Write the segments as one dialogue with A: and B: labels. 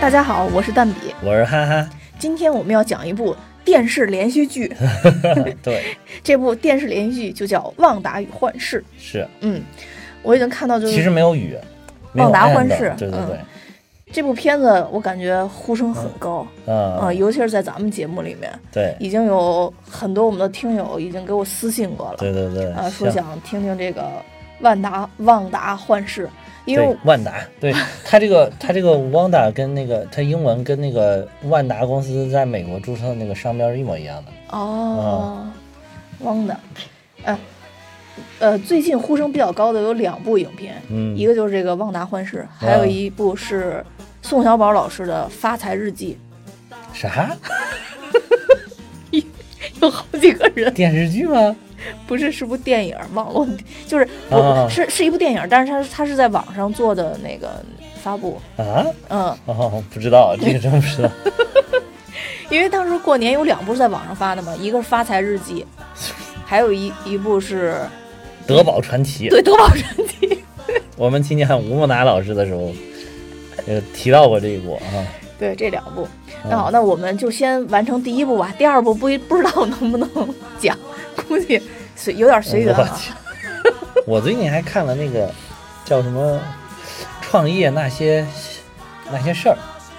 A: 大家好，我是蛋比，
B: 我是 憨憨。
A: 今天我们要讲一部电视连续 剧，
B: 对，
A: 这部电视连续剧就叫《旺达与幻视》。
B: 是，
A: 嗯，我已经看到就是
B: 其实没有雨，
A: 哦
B: 没有
C: 旺达
B: and，
C: 幻视
B: 对对
A: 嗯
B: 对，
A: 这部片子，我感觉呼声很高啊、
B: 嗯，
A: 尤其是在咱们节目里面，
B: 对
A: 已经有很多我们的听友已经给我私信过了，
B: 对对对，
A: 啊、说
B: 像
A: 想听听这个万达旺达幻视，因为
B: 对万达， 对他这个他这个旺达跟那个他英文跟那个万达公司在美国注册的那个商标是一模一样的。
A: 哦，
B: 啊
A: 汪的，哎，呃，最近呼声比较高的有两部影片，
B: 嗯，
A: 一个就是这个《旺达幻视》，还有
B: 嗯
A: 一部是宋小宝老师的《发财日记》，
B: 啥
A: 有好几个人，
B: 电视剧吗？
A: 不是是部电影，忘了，就是不、
B: 啊
A: 是是一部电影，但是它它是在网上做的那个发布，
B: 啊，
A: 嗯，
B: 哦，不知道，这个真不知道。
A: 因为当时过年有两部是在网上发的嘛，一个是《发财日记》，还有一一部是
B: 德宝传奇，
A: 对德宝神奇。
B: 我们今年喊吴孟达老师的时候，呃，提到过这一部啊。
A: 对，这两部。
B: 嗯
A: 那好，那我们就先完成第一部吧，第二部不一不知道能不能讲，估计随有点随缘
B: 我
A: 啊。
B: 去，我最近还看了那个叫什么“创业那些那些事儿”，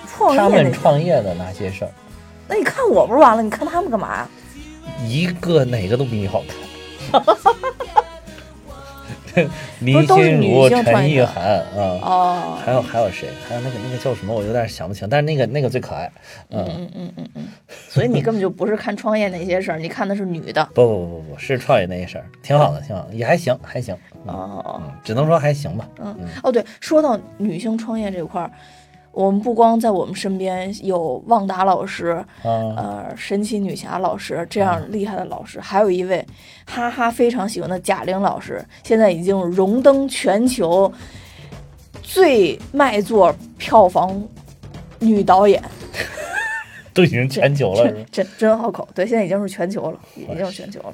C: 创
B: 他
C: 业的，
B: 们创业的那些事儿，
C: 那你看我不是完了？你看他们干嘛呀？
B: 一个哪个都比你好 看。
A: 不
B: 林
A: 是都是
B: 心
A: 女
B: 如、
A: 性创
B: 陈
A: 业
B: 意
A: 者
B: 涵啊，
A: 哦，
B: 还有还有谁？还有那个那个叫什么？我有点想不起来，但是那个那个最可爱。嗯，
A: 嗯嗯嗯嗯，所以你根本就不是看创业那些事儿，你看的是女的。
B: 不不不不不，是创业那些事儿，挺好的，挺好的，也还行，还行。嗯
A: 哦
B: 嗯，只能说还行吧。
A: 哦，对，说到女性创业这块儿，我们不光在我们身边有旺达老师，
B: 啊，
A: 呃，神奇女侠老师这样厉害的老师，还有一位哈哈非常喜欢的贾玲老师，现在已经荣登全球最卖座票房女导演，
B: 都已经全球了，是吧
A: 真真真拗口。对，现在已经是全球了，已经是全球了，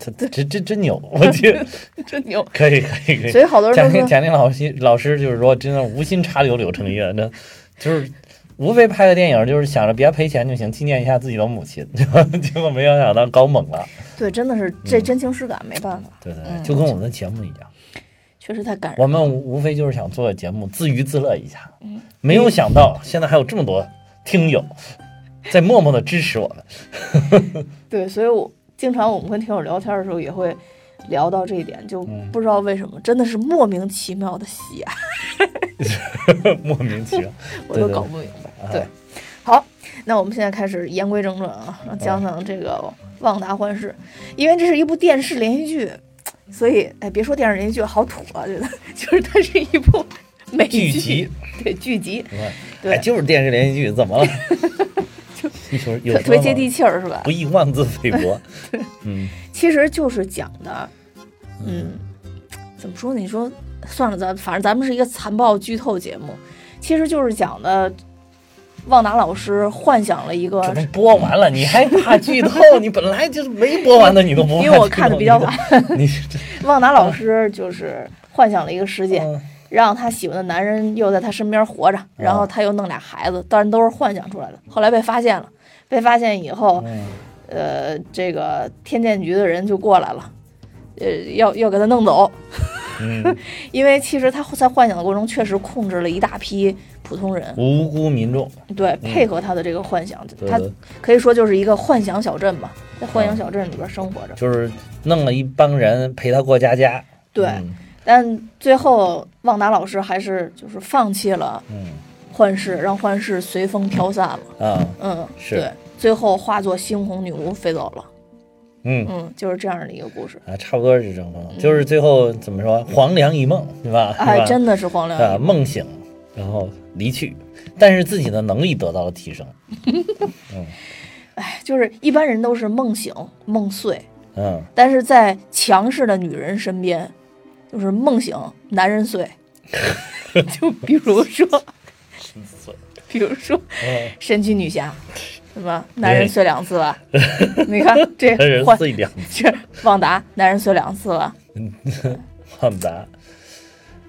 B: 他他真真真牛， 我去，
A: 真牛。
B: 可以可以可
A: 所
B: 以。
A: 以好多
B: 贾
A: 人都
B: 玲
A: 说，
B: 贾玲老师老师就是说，真的无心插柳柳成荫，那就是无非拍个电影，就是想着别赔钱就行，纪念一下自己的母亲，结果没有想到搞猛了。
A: 对，真的是这
B: 嗯
A: 真情实感，没办法，
B: 对对
A: 嗯
B: 对，就跟我们的节目一样，
A: 确实太感人了。
B: 我们无无非就是想做个节目自娱自乐一下，
A: 嗯
B: 没有想到现在还有这么多听友在默默的支持我们。
A: 对，所以我经常我们跟听友聊天的时候也会聊到这一点，就
B: 嗯
A: 不知道为什么，真的是莫名其妙的喜爱，
B: 莫名其妙，
A: 我都
B: 对对
A: 搞不明白。
B: 啊
A: 对，好，那我们现在开始言归正传啊，讲讲这个《旺达幻视》，因为这是一部电视连续剧，所以哎，别说电视连续剧好土啊，觉得 就是它是一部美
B: 剧
A: 剧，
B: 集，
A: 对剧集，
B: 你看，
A: 对
B: 哎，就是电视连续剧，怎 么了？就是有
A: 特
B: 说
A: 别接
B: 吗
A: 地气儿是吧
B: 不？亦妄自菲 薄。嗯，
A: 其实就是讲的，嗯，怎么说呢？你说算了咱，反正咱们是一个残暴剧透节目，其实就是讲的旺达老师幻想了一个，
B: 怎么播完了你还怕剧透？你本来就是没播完的，你都不怕剧透
A: 因为我看的比较晚，
B: 你 这
A: 旺达老师就是幻想了一个世界，
B: 嗯
A: 让他喜欢的男人又在他身边活着，然后他又弄俩孩子，当然都是幻想出来的。后来被发现了，被发现以后，
B: 嗯
A: 呃，这个天剑局的人就过来了，呃，要要给他弄走，
B: 嗯，
A: 因为其实他在幻想的过程中确实控制了一大批普通人，
B: 无辜民众，
A: 对，配合他的这个幻想，
B: 嗯对
A: 他
B: 对嗯
A: 可以说就是一个幻想小镇吧，在幻想小镇里边生活着。
B: 就是弄了一帮人陪他过家家。
A: 对，
B: 嗯
A: 但最后旺达老师还是就是放弃了
B: 嗯
A: 幻视，让幻视随风飘散了。
B: 啊，
A: 嗯，
B: 是
A: 对，最后化作猩红女巫飞走了。
B: 嗯
A: 嗯，就是这样的一个故事。
B: 啊，差不多是这么，
A: 嗯
B: 就是最后怎么说，黄粱一梦是吧？是
A: 哎，
B: 吧
A: 真的是荒凉
B: 啊，梦醒，然后离去，但是自己的能力得到了提升。
A: 哎，就是一般人都是梦醒梦碎，
B: 嗯，
A: 但是在强势的女人身边，就是梦醒男人 碎。就比如说，比如说
B: 嗯
A: 神奇女侠，什么男人碎两次吧？你看这
B: 男人
A: 换
B: 碎两
A: 这旺达男人碎两次了
B: 万达，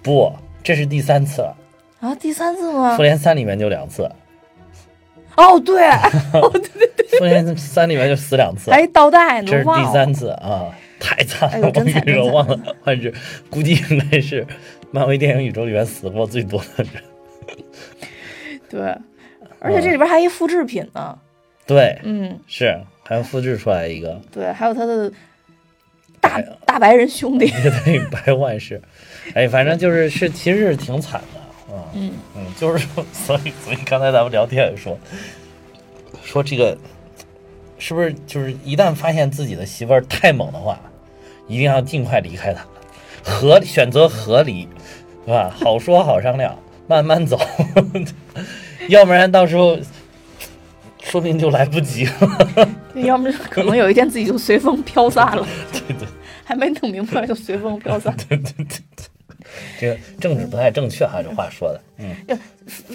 B: 不，这是第三次了，
A: 啊？第三次吗
B: 复？联三》里面就两次，
A: 哦， 对，
B: 复联三里面就死两次，
A: 哎，倒带你
B: 这
A: 都
B: 是
A: 忘
B: 第
A: 了。
B: 三次啊，太惨了！
C: 哎呦
B: 我
C: 真惨
B: 跟你说，
C: 真惨
B: 忘了换是，估计应该是漫威电影宇宙里面死过最多的人。
A: 对，而且这里边还一复制品呢。
B: 对，
A: 嗯，
B: 是还复制出来一个，
A: 对，还有他的大
B: 哎呀
A: 大白人兄弟。
B: 也对，白幻视。哎，反正就是是，其实是挺惨的啊。
A: 嗯
B: 嗯，就是说，所以所以刚才咱们聊天也说，说这个是不是就是一旦发现自己的媳妇儿太猛的话，一定要尽快离开她，合选择合理，是吧？好说好商量，慢慢走，要不然到时候说不定就来不及了。
A: 对要么就可能有一天自己就随风飘散了，
B: 对对
A: 还没弄明白就随风飘散。
B: 对对对对，这个政治不太正确哈、这话说的。嗯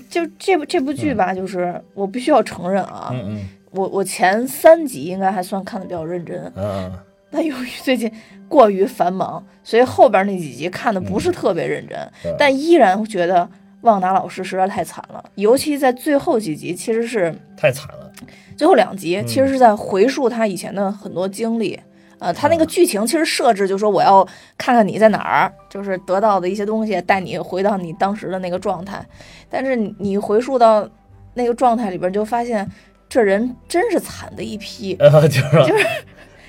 A: 就这部这部剧吧，就是我必须要承认啊，
B: 嗯嗯
A: 我我前三集应该还算看的比较认真，
B: 嗯。
A: 但由于最近过于繁忙，所以后边那几集看的不是特别认真，
B: 对
A: 但依然觉得旺达老师实在太惨了，尤其在最后几集，其实是
B: 太惨了。
A: 最后两
B: 嗯
A: 集，其实是在回溯他以前的很多经历。呃，他那
B: 嗯
A: 个剧情其实设置就说我要看看你在哪儿，就是得到的一些东西，带你回到你当时的那个状态。但是你你回溯到那个状态里边，就发现这人真是惨的一批。
B: 呃，就是
A: 就是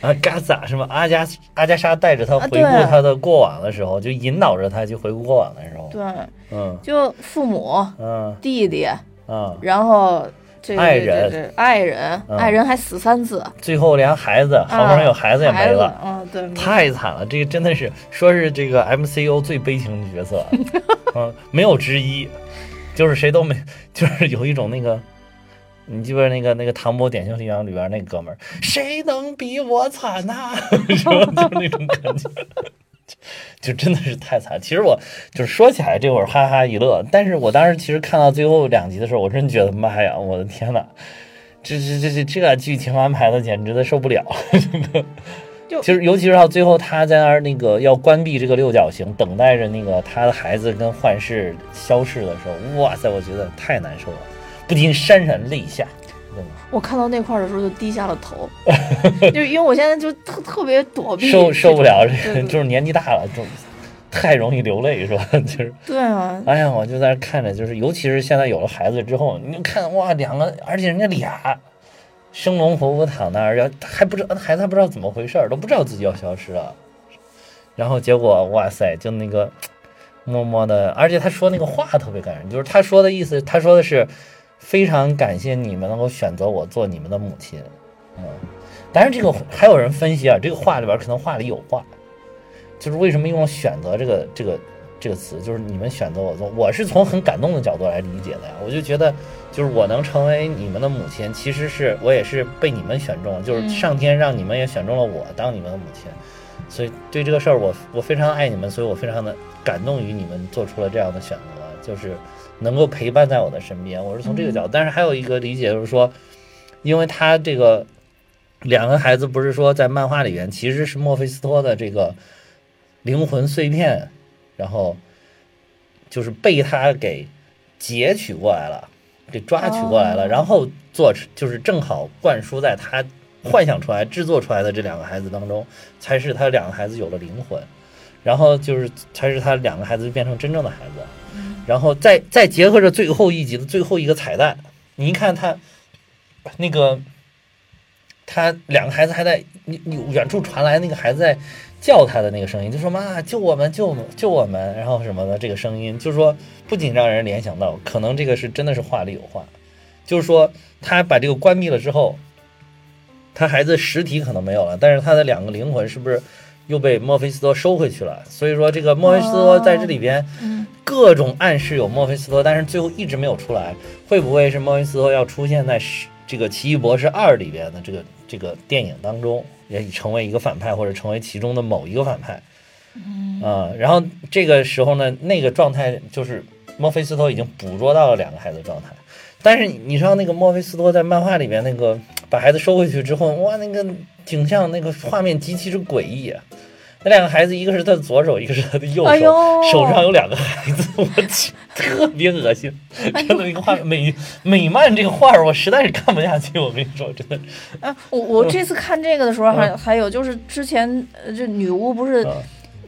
B: 啊，嘎萨什么阿加阿加莎带着他
A: 啊
B: 回
A: 对
B: 顾他的过往的时候，就引导着他去回顾过往的时候，
A: 对，
B: 嗯
A: 就父母、
B: 嗯
A: 弟弟，
B: 嗯，
A: 然后这
B: 爱
A: 这
B: 人
A: 这这爱人，
B: 嗯
A: 爱人还死三次，
B: 最后连孩子好不容易有孩子也没
A: 啊孩子
B: 了。，
A: 嗯，对，没
B: 太惨了，这个真的是说是这个 MCU 最悲情的角色，嗯，没有之一，就是谁都没，就是有一种那个，你记不记得那个那个《唐伯虎点秋香》里边那哥们儿，谁能比我惨呐、 是吧？就是那种感觉， 就真的是太惨。其实我就是说起来这会儿哈哈一乐，但是我当时其实看到最后两集的时候，我真觉得妈呀，我的天呐！这这这这这剧情安排的简直的受不了， 其实，尤其是到最后，他在那儿那个要关闭这个六角形，等待着那个他的孩子跟幻视消逝的时候，哇塞，我觉得太难受了，不禁潸然泪下。真的
A: 我看到那块儿的时候就低下了 头，就是因为我现在就特特别躲避这
B: 受
A: 种，
B: 受不了这
A: 对
B: 个，
A: 对
B: 就是年纪大了，就太容易流泪，是吧？ 就是，
A: 对啊，
B: 哎呀，我就在那儿看着，就是，尤其是现在有了孩子之后，你就看哇，两个，而且人家俩生龙活虎躺那儿，然后还不知道孩子还不知道怎么回事儿，都不知道自己要消失了，然后结果哇塞，就那个默默的，而且他说那个话特别感人，就是他说的意思，他说的是非常感谢你们能够选择我做你们的母亲，嗯，当然这个还有人分析啊，这个话里边可能话里有话，就是为什么用“选择”这个这个这个词，就是你们选择我做，我是从很感动的角度来理解的呀，我就觉得就是我能成为你们的母亲，其实是我也是被你们选中了，就是
A: 嗯
B: 上天让你们也选中了我当你们的母亲。所以对这个事儿，我我非常爱你们，所以我非常的感动于你们做出了这样的选择，就是能够陪伴在我的身边。我是从这个角度，但是还有一个理解就是说，因为他这个两个孩子不是说在漫画里面其实是墨菲斯托的这个灵魂碎片，然后就是被他给截取过来了，给抓取过来了，
A: 哦
B: 然后做成就是正好灌输在他幻想出来、制作出来的这两个孩子当中，才是他两个孩子有了灵魂，然后就是才是他两个孩子变成真正的孩子。然后再再结合着最后一集的最后一个彩蛋，你一看他那个他两个孩子还在你你远处传来那个孩子在叫他的那个声音，就说妈救我们救我们救我们，然后什么的这个声音，就是说不仅让人联想到，可能这个是真的是话里有话，就是说他把这个关闭了之后，他孩子实体可能没有了，但是他的两个灵魂是不是又被墨菲斯托收回去了？所以说这个墨菲斯托在这里边
A: 嗯
B: 各种暗示有墨菲斯托，但是最后一直没有出来，会不会是墨菲斯托要出现在是这个《奇异博士二》里边的这个这个电影当中，也成为一个反派或者成为其中的某一个反派？
A: 嗯
B: 啊、然后这个时候呢，那个状态就是墨菲斯托已经捕捉到了两个孩子的状态，但是你你知道那个墨菲斯托在漫画里边那个把孩子收回去之后，哇，那个景象那个画面极其之诡异、啊。那两个孩子，一个是他的左手，一个是他的右手，
A: 哎呦
B: 手上有两个孩子，我 去，特别恶心。
A: 哎
B: 看到一个画美美漫这个画儿，我实在是看不下去。我跟你说，真的是，
A: 啊，我
B: 嗯
A: 我这次看这个的时候还，还、有就是之前呃这女巫不是、
B: 嗯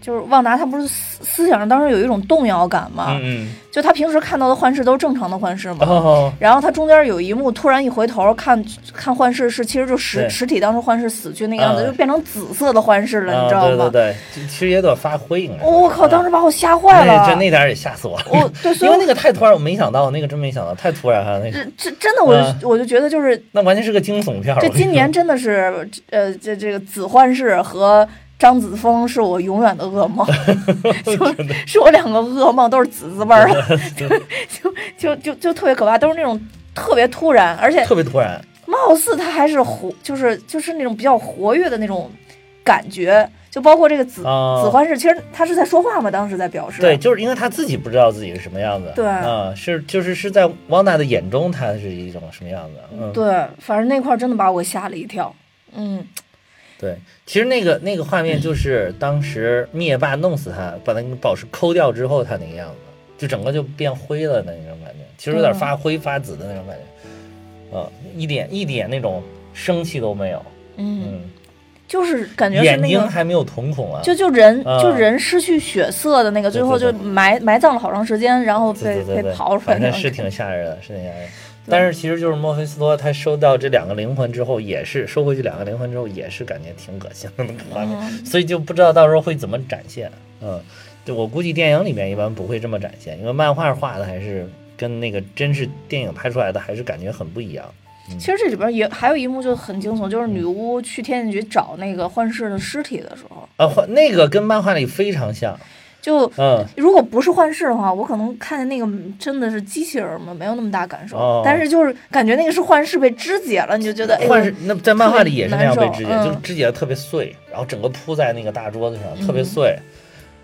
A: 就是旺达，她不是思思想上当时有一种动摇感嘛，
B: 嗯
A: 就她平时看到的幻视都是正常的幻视嘛。
B: 嗯，哦，
A: 然后她中间有一幕，突然一回头看看幻视是，其实就实
B: 对
A: 实体当时幻视死去那个样子，
B: 嗯
A: 就变成紫色的幻视了，
B: 啊
A: 你知道
B: 对
A: 吗
B: 对？对，其其实也得发灰应该。
A: 哦我靠！当时把我吓坏了。
B: 那哎这那点儿也吓死我了，
A: 我 对，所以
B: 因
A: 我
B: 为那个太突然，我没想到，那个真没想到，太突然了、那个
A: 这这真的我就，我
B: 嗯
A: 就觉得就是
B: 那完全是个惊悚片儿。
A: 这
B: 我跟你
A: 今年真的是，呃，这这个子幻视和张子枫是我永远的噩 梦，就是是我两个噩梦都是子字辈儿 的，就就就就特别可怕，都是那种特别突然，而且
B: 特别突然，
A: 貌似他还是活，就是就是那种比较活跃的那种感觉，就包括这个子、
B: 啊
A: 子幻视，其实他是在说话嘛，当时在表示，
B: 对，就是因为他自己不知道自己是什么样子，
A: 对
B: 啊、是就是是在汪达的眼中，他是一种什么样子，嗯，
A: 对，反正那块儿真的把我吓了一跳，嗯，
B: 对，其实那个那个画面就是当时灭霸弄死他，把那个宝石抠掉之后，他那个样子，就整个就变灰了的那种感觉，其实有点
A: 对
B: 发灰发紫的那种感觉，啊、一点一点那种生气都没有，
A: 嗯，
B: 嗯，
A: 就是感觉是
B: 眼
A: 那
B: 睛
A: 个
B: 还没有瞳孔啊，
A: 就就人、
B: 啊
A: 就人失去血色的那个，
B: 对
A: 最后就
B: 对对
A: 埋埋葬了好长时间，然后被
B: 对对对
A: 被
B: 对，
A: 刨出来
B: 反
A: 那
B: 正
A: 种
B: 是挺吓人的，是挺吓人的。但是其实就是墨菲斯托他收到这两个灵魂之后，也是收回去两个灵魂之后，也是感觉挺恶心的那个画面，
A: 嗯
B: 所以就不知道到时候会怎么展现。嗯，就我估计电影里面一般不会这么展现，因为漫画画的还是跟那个真是电影拍出来的还是感觉很不一样。
A: 其实这里边也还有一幕就很惊悚，就是
B: 嗯
A: 女巫去天界局找那个幻视的尸体的时候，
B: 啊，画那个跟漫画里非常像，
A: 就
B: 嗯，
A: 如果不是幻视的话，我可能看见那个真的是机器人嘛，没有那么大感受。
B: 哦
A: 但是就是感觉那个是幻视被肢解了，你就觉得哎呦，
B: 幻视那在漫画里也是那样被肢
A: 特
B: 解，
A: 别难受嗯
B: 就肢解的特别碎，然后整个铺在那个大桌子上，特
A: 嗯
B: 别碎。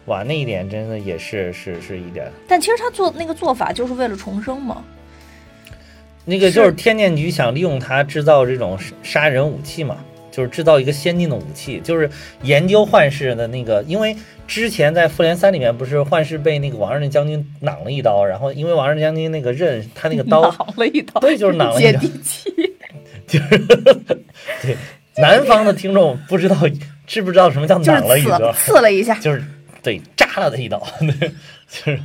B: 哇，那一点真的也是是是一点，
A: 但其实他做那个做法就是为了重生嘛。
B: 那个就是
A: 是
B: 天剑局想利用它制造这种杀杀人武器嘛，就是制造一个先进的武器，就是研究幻视的那个，因为之前在复联三里面不是幻视被那个王二那将军攮了一刀，然后因为王二那将军那个刃他那个 刀
A: 挠了一刀，
B: 对就是挠了一
A: 接
B: 刀
A: 地 气。
B: 南方的听众不知道知不知道什么叫
A: 就是
B: 攮了一
A: 刺
B: 刀
A: 了，刺了一下，
B: 就是对扎了他一刀， 对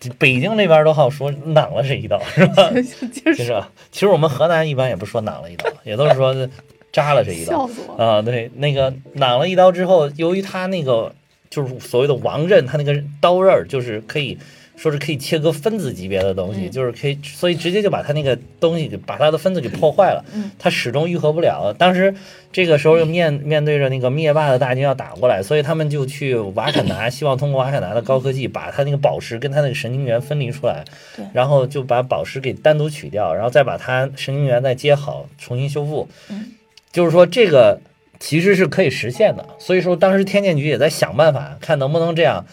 B: 就是北京这边都好说攮了谁一刀， 是吧？
A: 就
B: 就是是啊其实我们河南一般也不说攮了一刀，也都是说扎了谁一刀
A: 笑死我了。
B: 啊。对，那个攮了一刀之后，由于他那个就是所谓的王刃，他那个刀刃儿就是可以。说是可以切割分子级别的东西，
A: 嗯
B: 就是可以，所以直接就把他那个东西给把他的分子给破坏了，
A: 嗯
B: 他始终愈合不了。当时这个时候就面面对着那个灭霸的大军要打过来，所以他们就去瓦坎达，希望通过瓦坎达的高科技把他那个宝石跟他那个神经元分离出来
A: 对，
B: 然后就把宝石给单独取掉，然后再把他神经元再接好，重新修复。
A: 嗯
B: 就是说这个其实是可以实现的，所以说当时天剑局也在想办法，看能不能这样，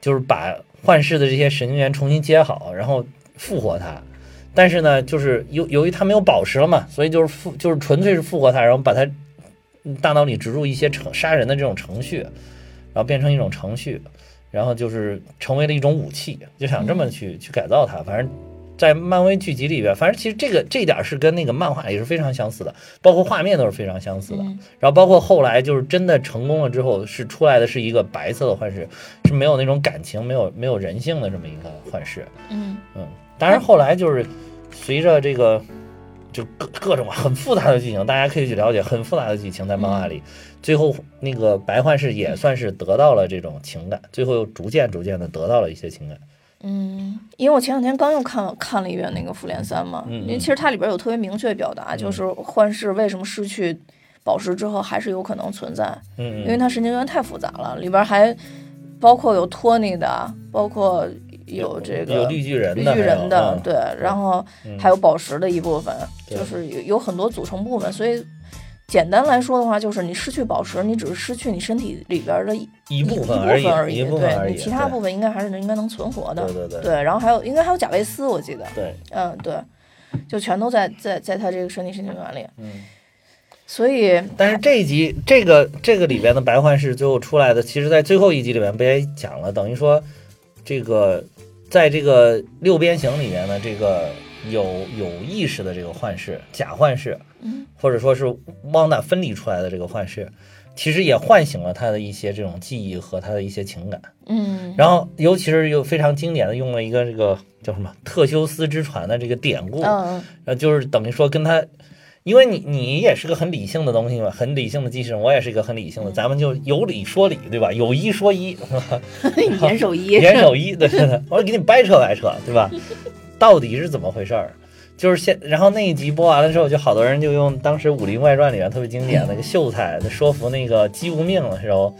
B: 就是把幻视的这些神经元重新接好，然后复活它。但是呢，就是由由于它没有宝石了嘛，所以就是复就是纯粹是复活它，然后把它大脑里植入一些程杀人的这种程序，然后变成一种程序，然后就是成为了一种武器，就想这么去、去改造它。反正，在漫威剧集里边，反正其实这个这一点是跟那个漫画也是非常相似的，包括画面都是非常相似的。
A: 嗯
B: 然后包括后来就是真的成功了之后，是出来的是一个白色的幻视，是没有那种感情、没有没有人性的这么一个幻视。
A: 嗯，
B: 嗯，当然后来就是随着这个就各各种很复杂的剧情，大家可以去了解很复杂的剧情在漫画里，
A: 嗯
B: 最后那个白幻视也算是得到了这种情感，最后又逐渐逐渐的得到了一些情感。
A: 嗯，因为我前两天刚又看了看了一遍那个《复联三》嘛，
B: 嗯嗯嗯
A: 因为其实它里边有特别明确表达，就是幻视为什么失去宝石之后还是有可能存在，
B: 嗯，
A: 因为它神经元太复杂了，里边还包括有托尼的，包括有这个
B: 嗯有绿巨人
A: 绿
B: 的，
A: 巨人
B: 还有
A: 的
B: 嗯，
A: 对，然后还有宝石的一部分，
B: 对
A: 就是有有很多组成部分，所以。简单来说的话，就是你失去宝石，你只是失去你身体里边的一
B: 一部分
A: 而
B: 已，一部分
A: 对
B: 而已，
A: 你其他
B: 对
A: 部分应该还是能应该能存活的。
B: 对对对
A: 然后还有应该还有贾维斯，我记得，
B: 对，
A: 嗯，对，就全都在在在他这个身体神经元里。
B: 嗯。
A: 所以
B: 但是这一集这个这个里边的白幻视最后出来的，其实在最后一集里边被讲了，等于说这个在这个六边形里面的这个有有意识的这个幻视，假幻视，
A: 嗯
B: 或者说是汪达分离出来的这个幻视，其实也唤醒了他的一些这种记忆和他的一些情感。
A: 嗯
B: 然后，尤其是又非常经典的用了一个这个叫什么特修斯之船的这个典故，
A: 嗯
B: 呃，就是等于说跟他，因为你你也是个很理性的东西嘛，很理性的机器人，我也是一个很理性的，咱们就有理说理，对吧？有一说一，
A: 严守一，
B: 严守一，对对对， 我给你掰扯掰扯，对吧？到底是怎么回事儿？就是现，然后那一集播完了之后，就好多人就用当时《武林外传》里面特别经典那个秀才在说服那个姬无命的时候，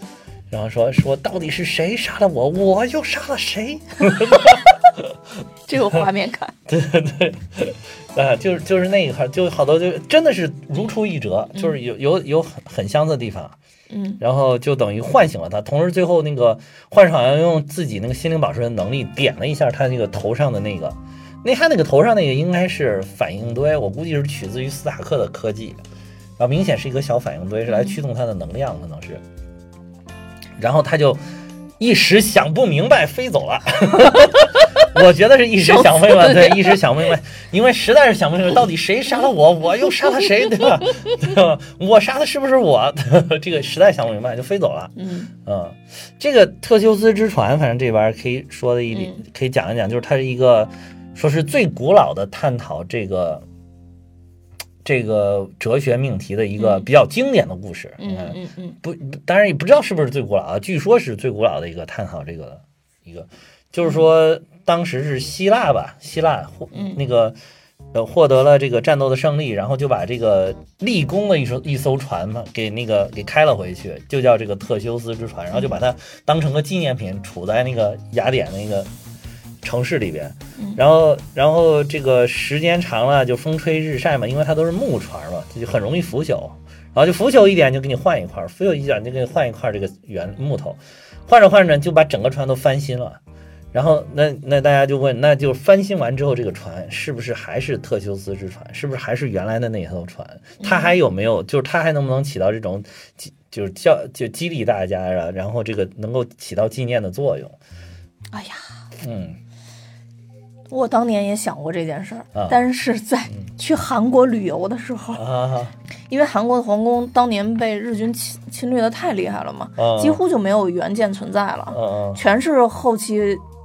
B: 然后说说到底是谁杀了我，我又杀了谁？
A: 这个画面 感，
B: 啊，就是就是那一块儿，就好多就真的是如出一辙，就是有有有很很相似的地方，
A: 嗯
B: 然后就等于唤醒了他。同时，最后那个幻视好像用自己那个心灵宝石的能力点了一下他那个头上的那个，那他那个头上那个应该是反应堆，我估计是取自于斯塔克的科技，然后明显是一个小反应堆，是来驱动它的能量，可能是。然后他就一时想不明白，飞走了。 我觉得是一时想不明白，对，一时想不明白，因为实在是想不明白，到底谁杀了我，我又杀了谁，对吧？ 对吧？我杀的是不是我？ 这个实在想不明白，就飞走了。
A: 嗯
B: 嗯，这个特修斯之船，反正这玩意儿可以说的一点，
A: 嗯
B: 可以讲一讲，就是它是一个，说是最古老的探讨这个这个哲学命题的一个
A: 嗯
B: 比较经典的故事。
A: 嗯嗯嗯
B: 不，当然也不知道是不是最古老啊，据说是最古老的一个探讨这个的一个，就是说当时是希腊吧，希腊获
A: 嗯
B: 那个呃获得了这个战斗的胜利，然后就把这个立功的一艘一艘船嘛给那个给开了回去，就叫这个特修斯之船，然后就把它当成个纪念品储在那个雅典那个城市里边
A: 嗯，
B: 然后然后这个时间长了就风吹日晒嘛，因为它都是木船嘛，它就很容易腐朽。然后就腐朽一点就给你换一块儿，腐朽一点就给你换一块儿这个原木头，换着换着就把整个船都翻新了。然后那那大家就问，那就翻新完之后，这个船是不是还是特修斯之船？是不是还是原来的那艘船？它还有没有？就是它还能不能起到这种激，就是叫就激励大家啊，然后这个能够起到纪念的作用？
A: 哎呀，
B: 嗯，
A: 我当年也想过这件事儿
B: 啊，
A: 但是在去韩国旅游的时候，
B: 啊，
A: 因为韩国的皇宫当年被日军侵侵略的太厉害了嘛，
B: 啊
A: 几乎就没有原件存在了，
B: 嗯嗯
A: 全是后期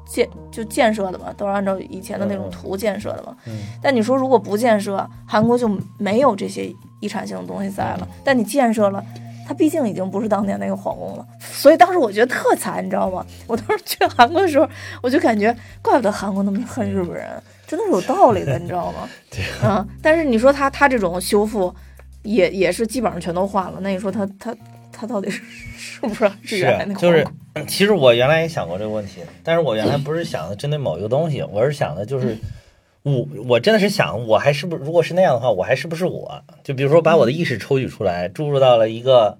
A: 建就建设的嘛，都是按照以前的那
B: 嗯嗯
A: 种图建设的嘛。
B: 嗯
A: 但你说如果不建设，韩国就没有这些遗产性的东西在了。
B: 嗯
A: 但你建设了，它毕竟已经不是当年那个皇宫了。所以当时我觉得特惨，你知道吗？我当时去韩国的时候，我就感觉怪不得韩国那么恨日本人，真的是有道理的，你知道吗？
B: 对
A: 嗯，但是你说他他这种修复也，也是基本上全都换了。那你说他他他到底是是不是是
B: 是啊
A: 原来那个皇宫？
B: 就是，嗯其实我原来也想过这个问题，但是我原来不是想的针对某一个东西，我是想的就是。我我真的是想，我还是不如果是那样的话，我还是不是我？就比如说把我的意识抽取出来，注入到了一个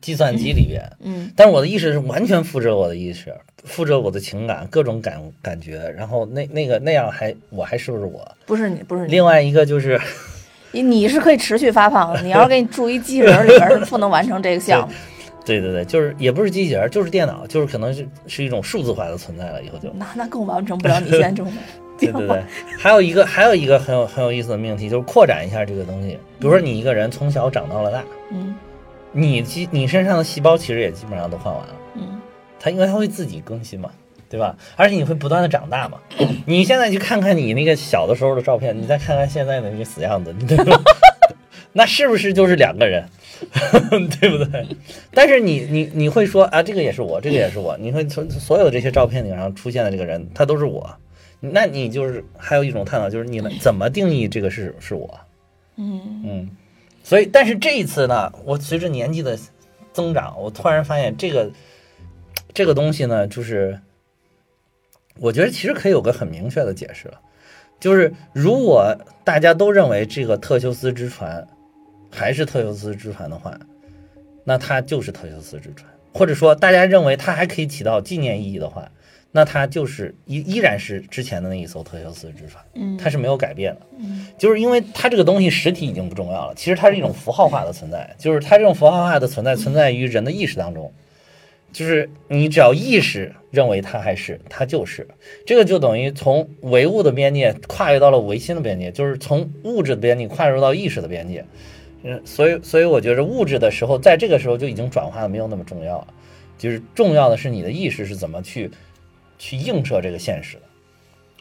B: 计算机里边，
A: 嗯
B: 但是我的意识是完全复制我的意识，复制我的情感，各种感感觉，然后那那个那样还我还是不是我？
A: 不是你不是你
B: 嗯另外一个就是
A: 你你是可以持续发胖的，你要是给你注一机器人儿里边儿是不能完成这个项目。
B: 对对对，就是也不是机器人，就是电脑，就是可能是是一种数字化的存在了，以后就。
A: 那那更完成不了你现在这种
B: 对对对，还有一个还有一个很有很有意思的命题，就是扩展一下这个东西。比如说你一个人从小长到了大，
A: 嗯
B: 你基你身上的细胞其实也基本上都换完了，
A: 嗯
B: 它因为它会自己更新嘛，对吧？而且你会不断的长大嘛。你现在去看看你那个小的时候的照片，你再看看现在的那个死样子， 对吧？那是不是就是两个人， 对不对？但是你你你会说啊，这个也是我，这个也是我，你会从所有的这些照片里上出现的这个人，他都是我。那你就是还有一种探讨，就是你们怎么定义这个是是我？
A: 嗯，
B: 嗯，所以但是这一次呢，我随着年纪的增长，我突然发现这个这个东西呢，就是我觉得其实可以有个很明确的解释了，就是如果大家都认为这个特修斯之船还是特修斯之船的话，那它就是特修斯之船，或者说大家认为它还可以起到纪念意义的话，那它就是依依然是之前的那一艘特修斯之船，
A: 嗯
B: 它是没有改变的
A: 嗯，
B: 就是因为它这个东西实体已经不重要了，其实它是一种符号化的存在，就是它这种符号化的存在存在于人的意识当中，就是你只要意识认为它还是它就是，这个就等于从唯物的边界跨越到了唯心的边界，就是从物质的边界跨入到意识的边界，嗯，所以所以我觉得物质的时候，在这个时候就已经转化的没有那么重要了，就是重要的是你的意识是怎么去去映射这个现实的，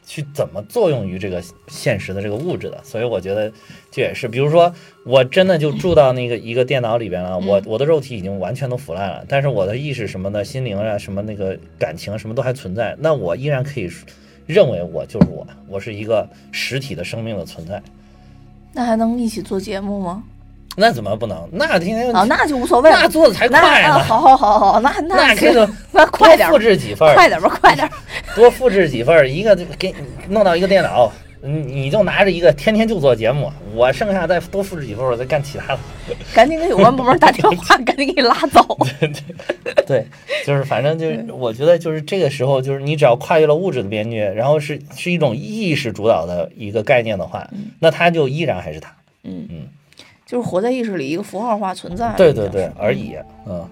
B: 去怎么作用于这个现实的这个物质的。所以我觉得这也是，比如说我真的就住到那个一个电脑里边了，
A: 嗯
B: 我我的肉体已经完全都腐烂了，但是我的意识什么的、心灵啊、什么那个感情什么都还存在，那我依然可以认为我就是我，我是一个实体的生命的存在。
A: 那还能一起做节目吗？
B: 那怎么不能？那天天
A: 啊，那就无所谓了。
B: 那做的才
A: 那
B: 快
A: 啊，
B: 呢，
A: 好好好好，那
B: 那
A: 那
B: 这
A: 是
B: 个
A: 那快点儿
B: 多复，制几份儿，
A: 快点儿吧，快点儿。
B: 多复制几份儿，一个就给你弄到一个电脑，你你就拿着一个，天天就做节目。我剩下再多复制几份儿，我再干其他的。
A: 赶紧给有关部门打电话，赶紧给你拉走。
B: 对，就是反正就是，我觉得就是这个时候，就是你只要跨越了物质的边界，然后是是一种意识主导的一个概念的话，那它就依然还是它。
A: 就是活在意识里一个符号化存在。
B: 对对对，而已。嗯，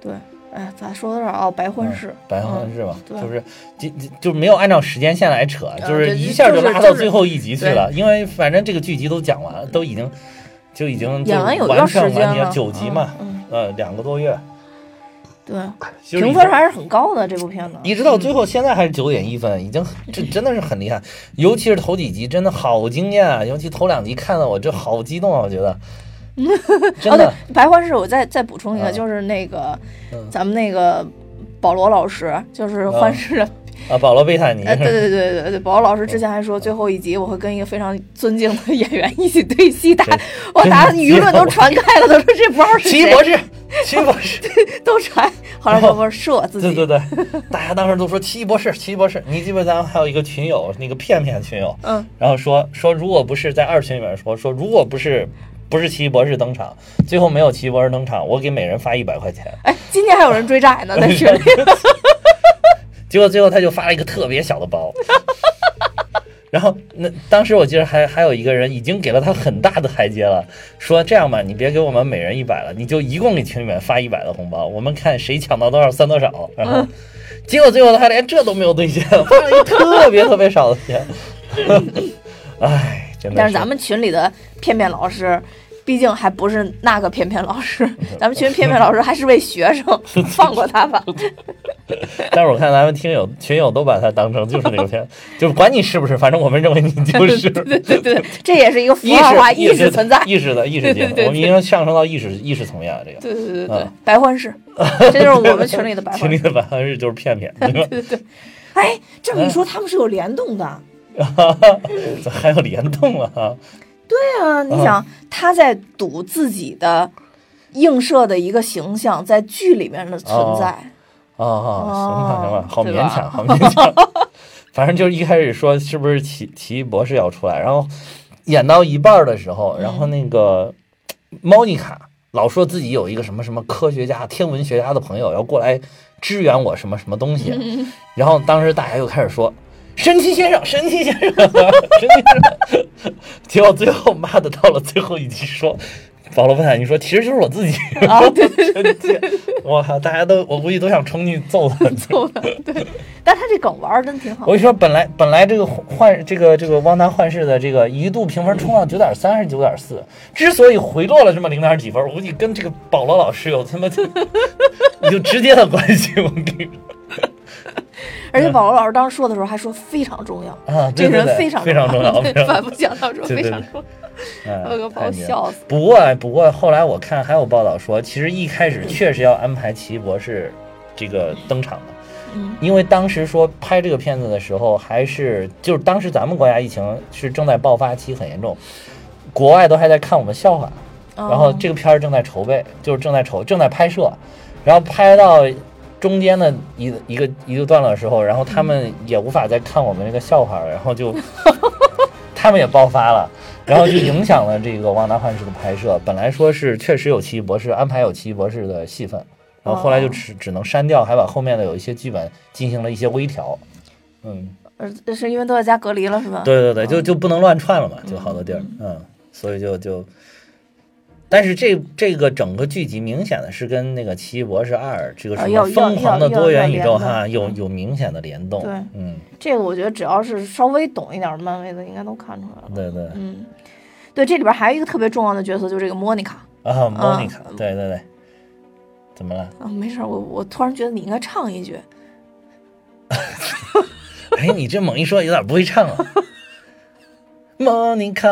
A: 对，哎，咋说到这儿啊？白婚事，
B: 白婚是吧？
A: 嗯对啊
B: 就是就就就没有按照时间线来扯，就是
A: 对
B: 一下
A: 就是
B: 拉
A: 就
B: 到
A: 是
B: 最后一集去了，因为反正这个剧集都讲完了，都已经就已经就
A: 演完有
B: 完
A: 段时
B: 全
A: 间
B: 完结
A: 了，
B: 九集嘛，
A: 嗯，
B: 呃，两个多月，
A: 嗯
B: 就
A: 对，
B: 是
A: 评
B: 已
A: 分
B: 经
A: 还是很高的这部片子。
B: 一直到最后，现在还是九点一分，已经很这真的是很厉害，尤其是头几集真的好惊艳啊！尤其头两集看的我这好激动啊，我觉 得，真
A: 哦，
B: 的
A: 对，白婚事，我再再补充一个，
B: 嗯
A: 就是那个
B: 嗯
A: 咱们那个保罗老师，就是
B: 嗯
A: 幻视的，
B: 啊，保罗贝塔尼
A: 哎，对
B: 是
A: 对对对对，保罗老师之
B: 嗯
A: 前还说，最后一集我会跟一个非常尊敬的演员一起对戏，打
B: 真
A: 我打
B: 真
A: 舆论都传开 了，都说这不知道是
B: 奇
A: 谁
B: 异，博士，奇异博士，
A: 都传，后来
B: 然后
A: 我不是射自己，
B: 对对对， 大家当时都说奇异博士，奇异博士，你记不记得咱们还有一个群友，那个片片群友，
A: 嗯，
B: 然后说说如果不是在二群里面说说如果不是不是奇异博士登场，最后没有奇异博士登场，我给每人发一百块钱。
A: 哎，今年还有人追债 呢，在群里。
B: 结果最后他就发了一个特别小的包。然后那当时我记得还还有一个人已经给了他很大的台阶了，说这样吧，你别给我们每人一百了，你就一共给群里面发一百的红包，我们看谁抢到多少算多少。然后结果最后他连这都没有兑现，发了一个特别特别少的钱。唉，真的。
A: 但是咱们群里的片片老师，毕竟还不是那个片片老师，
B: 嗯
A: 咱们群片片老师还是位学 生，放过他吧。
B: 但是我看咱们听友群友都把它当成就是那个片， 就是管你是不是，反正我们认为你就 是。
A: 对对 对，这也是一个符
B: 意
A: 号化
B: 识
A: 意识存在。
B: 意识的意识界
A: 对对对
B: 我们已经上升到意识意识层面了。这个
A: 对对对对
B: 嗯，
A: 白幻 视，这就是我们群里的白
B: 群
A: 幻
B: 里
A: 视。
B: 的百分之就是骗骗，对吧？
C: 哎，这么一说，他们是有联动的。
B: 咋还有联动了啊？
A: 对啊，你想他在赌自己的映射的一个形象在剧里面的存 在，
B: 啊啊，行吧行吧，好
A: 哦对
B: 勉
A: 吧
B: 强，好勉强。反正就是一开始说是不是奇奇异博士要出来，然后演到一半儿的时候，然后那个猫妮卡老说自己有一个什么什么科学家、天文学家的朋友要过来支援我什么什么东西，然后当时大家又开始说。神奇先生，神奇先生， 神奇先生，结果最后妈的到了最后一集说，保罗·贝塔尼说其实就是我自己， 啊、对对对，我靠，大家都我估计都想冲进去揍他，
A: 但他这梗玩儿真挺好
B: 我。跟你说，本来本来这个幻这个这个汪达幻视的这个一度评分冲到九点三还是九点四，之所以回落了这么零点几分，我估计跟这个保罗老师有他妈 有直接的关系。我跟你说
A: 而且保罗老师当时说的时候还说非常重要，
B: 啊，
A: 这个
B: 嗯对对
A: 人
B: 对，
A: 非常
B: 非常重要，非
A: 对，
B: 常
A: 反复强调说
B: 对对
A: 非
B: 对
A: 常重要，
B: 哎
A: 我给把
B: 太
A: 我
B: 牛了
A: 笑死。
B: 不过不过后来我看还有报道说，其实一开始确实要安排奇异博士这个登场的，
A: 嗯
B: 因为当时说拍这个片子的时候，还是就是当时咱们国家疫情是正在爆发期，很严重，国外都还在看我们笑话，
A: 嗯
B: 然后这个片儿正在筹备，就是正在筹正在拍摄，然后拍到中间的一一个一个段落的时候，然后他们也无法再看我们这个笑话了，然后就 他们也爆发了，然后就影响了这个《旺达幻视》的拍摄。本来说是确实有奇异博士安排有奇异博士的戏份，然后后来就只只能删掉，还把后面的有一些剧本进行了一些微调。嗯，
A: 呃，是因为都在家隔离了是吧？
B: 对对对，就就不能乱串了嘛，就好多地儿，嗯，所以就就，但是这这个整个剧集明显的是跟那个《奇异博士二》这个
A: 啊
B: 什么
A: 要
B: 疯狂的
A: 要要
B: 多元宇宙
A: 要联动嗯
B: 哈有有明显的联动
A: 对，
B: 嗯，
A: 这个我觉得只要是稍微懂一点儿漫威的，应该都看出来了。
B: 对对
A: 嗯，对，这里边还有一个特别重要的角色，就是这个莫妮卡。
B: 啊，莫妮卡，对对对，怎么了？
A: 啊，没事儿，我我突然觉得你应该唱一句。
B: 哎，你这猛一说有点不会唱啊。 莫妮卡，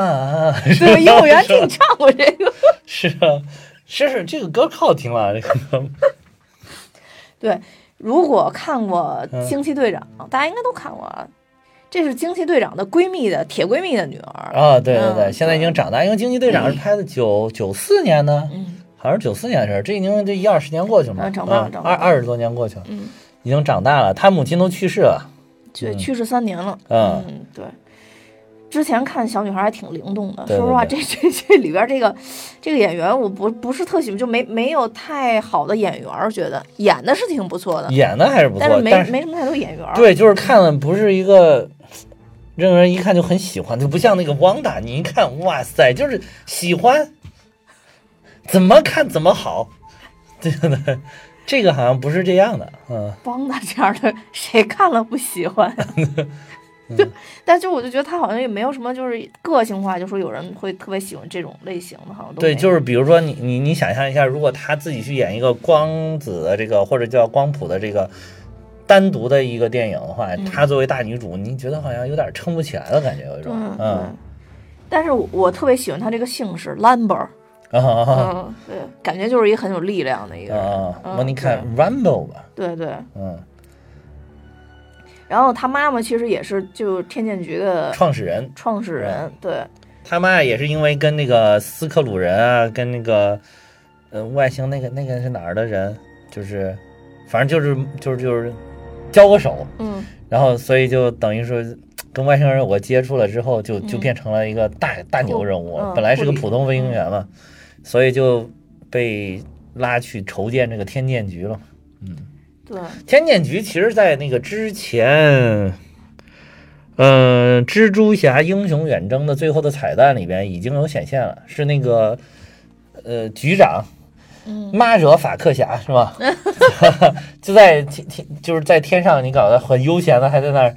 A: 对，幼儿园 听你唱过这个。
B: 是啊，是是这个歌可好听了，这个歌
A: 对，如果看过
B: 嗯
A: 《惊奇队长》大家应该都看过啊。这是惊奇队长的闺蜜的铁闺蜜的女儿。
B: 啊，对对对，
A: 嗯
B: 现在已经长大，因为《惊奇队长》是拍的九九四年呢，
A: 嗯，
B: 好像是九四年的事儿，这已经这一二十年过去了嘛，
A: 嗯长大了
B: 啊
A: 长大
B: 二
A: 了
B: 二十多年过去了，
A: 嗯，
B: 已经长大了，他母亲都去世了，
A: 去
B: 嗯
A: 去世三年了。
B: 嗯
A: 嗯，对。之前看小女孩还挺灵动的，
B: 对
A: 说实
B: 对
A: 话，这这
B: 对
A: 这里边这个这个演员，我不不是特喜欢，就没没有太好的演员儿，觉得演的是挺不错的，
B: 演的还是不错
A: 但，是没
B: 但
A: 没什么太多演员儿。
B: 对，就是看了不是一个让人一看就很喜欢，就不像那个汪达，你一看哇塞，就是喜欢，怎么看怎么好，对对对，这个好像不是这样的，嗯。
A: 邦达这样的，谁看了不喜欢 呀、
B: 嗯
A: 就，但就我就觉得他好像也没有什么，就是个性化，就说有人会特别喜欢这种类型的，好像都
B: 对，就是是比如说你你你想象一下，如果他自己去演一个光子的这个或者叫光谱的这个单独的一个电影的话，
A: 嗯
B: 她作为大女主，你觉得好像有点撑不起来的感觉，有一种
A: 嗯对
B: 嗯。
A: 但是我我特别喜欢他这个姓氏 Lambert，
B: 啊啊
A: 嗯，对，感觉就是一个很有力量的一个
B: 啊
A: 人，
B: 啊！
A: 嗯
B: 莫妮卡 Rambo 吧，
A: 对对。
B: 嗯，
A: 然后他妈妈其实也是就天剑局的
B: 创始人，
A: 创始人，对，
B: 他妈也是因为跟那个斯克鲁人啊，跟那个呃外星那个那个是哪儿的人，就是反正就是就是就是交个手，
A: 嗯，
B: 然后所以就等于说跟外星人我接触了之后，就就
A: 嗯
B: 变成了一个大、大牛人物了，
A: 嗯
B: 本来是个
A: 护理
B: 普通飞行员嘛，所以就被拉去筹建这个天剑局了。
A: 对，
B: 天剑局其实，在那个之前，嗯、蜘蛛侠英雄远征的最后的彩蛋里边已经有显现了，是那个呃局长
A: 嗯，
B: 马惹法克侠是吧？ 就在天天就是在天上，你搞得很悠闲的，还在那儿。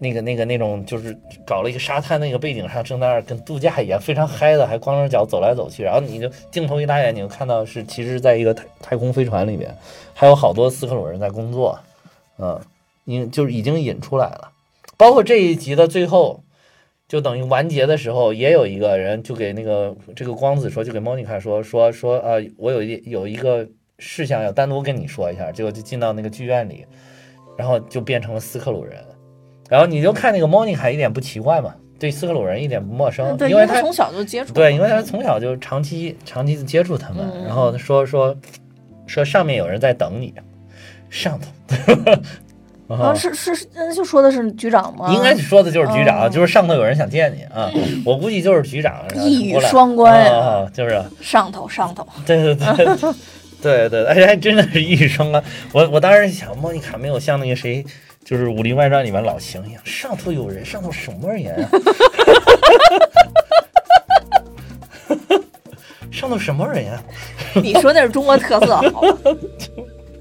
B: 那个、那个、那种，就是搞了一个沙滩那个背景上，正在那儿跟度假一样，非常嗨的，还光着脚走来走去。然后你就镜头一拉远，你就看到是其实在一个太太空飞船里边，还有好多斯克鲁人在工作，嗯，引就是已经引出来了。包括这一集的最后，就等于完结的时候，也有一个人就给那个这个光子说，就给莫妮卡说说说啊、我有一有一个事项要单独跟你说一下，结果就进到那个剧院里，然后就变成了斯克鲁人，然后你就看那个莫妮卡一点不奇怪嘛，对斯克鲁人一点不陌生，
A: 对，因
B: 嗯因为
A: 他
B: 他
A: 从小就接触，
B: 对，因为他从小就长期长期的接触他们，
A: 嗯
B: 然后说说说上面有人在等你，上头，
A: 啊，是是是，那就说的是局长吗？
B: 嗯应该说的就是局长，
A: 哦
B: 就是上头有人想见你 啊，我估计就是局长，然后
A: 一语
B: 过来
A: 双关呀
B: 啊，就是
A: 上头上头，
B: 对 对对对对对，而且还真的是一语双关。啊我我当时想，莫妮卡没有像那个谁，就是《武林外传》里面老邢一样，上头有人，上头什么人啊？ 上头什么人啊呀、
A: 你说那是中国特色，好吧？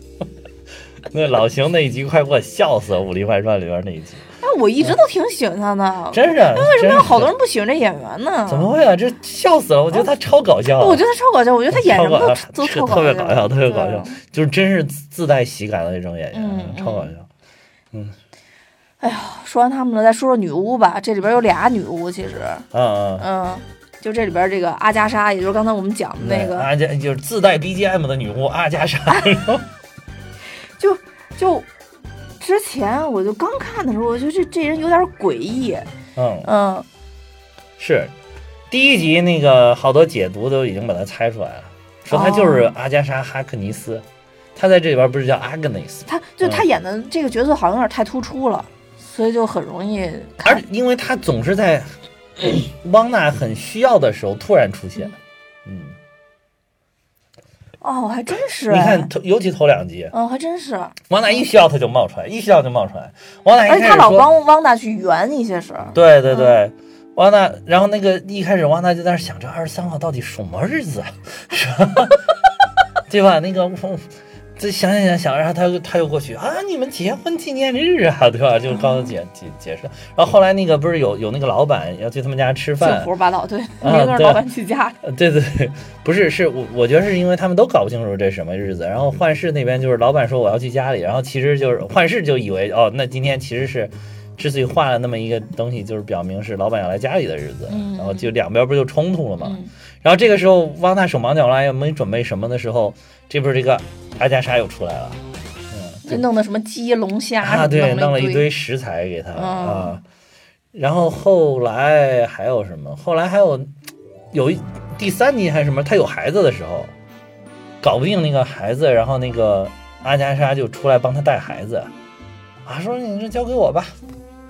B: 那老邢那一集快给我笑死了，《武林外传》里边那一集，
A: 哎，我一直都挺喜欢他的，
B: 真是啊
A: 为什
B: 真
A: 么
B: 是
A: 有好多人不喜欢这演员呢？
B: 怎么会啊？这笑死了！我觉得他超搞笑啊，
A: 哦我觉得他超搞笑，我觉得他演什么
B: 超搞
A: 都
B: 笑
A: 都
B: 是
A: 超
B: 特别
A: 搞
B: 搞笑，特别搞
A: 对啊
B: 笑，就是真是自自带喜感的那种演员，
A: 嗯
B: 超搞笑。
A: 说完他们了，再说说女巫吧。这里边有俩女巫，其实，
B: 嗯嗯，
A: 嗯，就这里边这个阿加莎，也就是刚才我们讲的那个，
B: 阿加啊就是自带 BGM 的女巫阿加 莎，
A: 就就之前我就刚看的时候，我觉得这这人有点诡异，
B: 嗯，
A: 嗯，
B: 是第一集那个好多解读都已经把她猜出来了，说她就是阿加莎哈克尼斯，她在这里边不是叫 Agnes，
A: 他就
B: 嗯
A: 他演的这个角色好像有点太突出了，所以就很容易
B: 而
A: 看，
B: 因为她总是在汪娜很需要的时候突然出现，嗯，
A: 哦，还真是
B: 你
A: 哎，
B: 看，头尤其头两集，
A: 嗯，还真是，
B: 王大一需要他就冒出来，一需要就冒出来。王大一
A: 而且
B: 开
A: 他
B: 始
A: 老
B: 说，
A: 帮汪大去圆一些事儿，
B: 对对对，王大，然后那个一开始王大就在那想，这二十三号到底什么日子啊？ 是吧对吧？那个我。这想想想想，然后他又他又过去啊，你们结婚纪念日啊，对吧？就刚才解解解释，然后后来那个不是有有那个老板要去他们家吃
A: 就
B: 饭，啊
A: 胡说八道，对， 明个是
B: 对
A: 老板去家里，
B: 呃，对对，对，不是，是我我觉得是因为他们都搞不清楚这是什么日子，
A: 嗯
B: 然后幻视那边就是老板说我要去家里，然后其实就是幻视就以为哦，那今天其实是之所以画了那么一个东西，就是表明是老板要来家里的日子，
A: 嗯
B: 然后就两边不就冲突了嘛。
A: 嗯，
B: 然后这个时候汪大手忙脚乱也没准备什么的时候，这不是这个阿加莎又出来了，嗯，
A: 就弄的什么鸡龙虾什
B: 啊，
A: 么
B: 对，
A: 了
B: 弄了一
A: 堆，
B: 堆食材给他、
A: 嗯
B: 啊。然后后来还有什么？后来还有有一第三集还是什么？他有孩子的时候，搞不定那个孩子，然后那个阿加莎就出来帮他带孩子，啊，说你这交给我吧。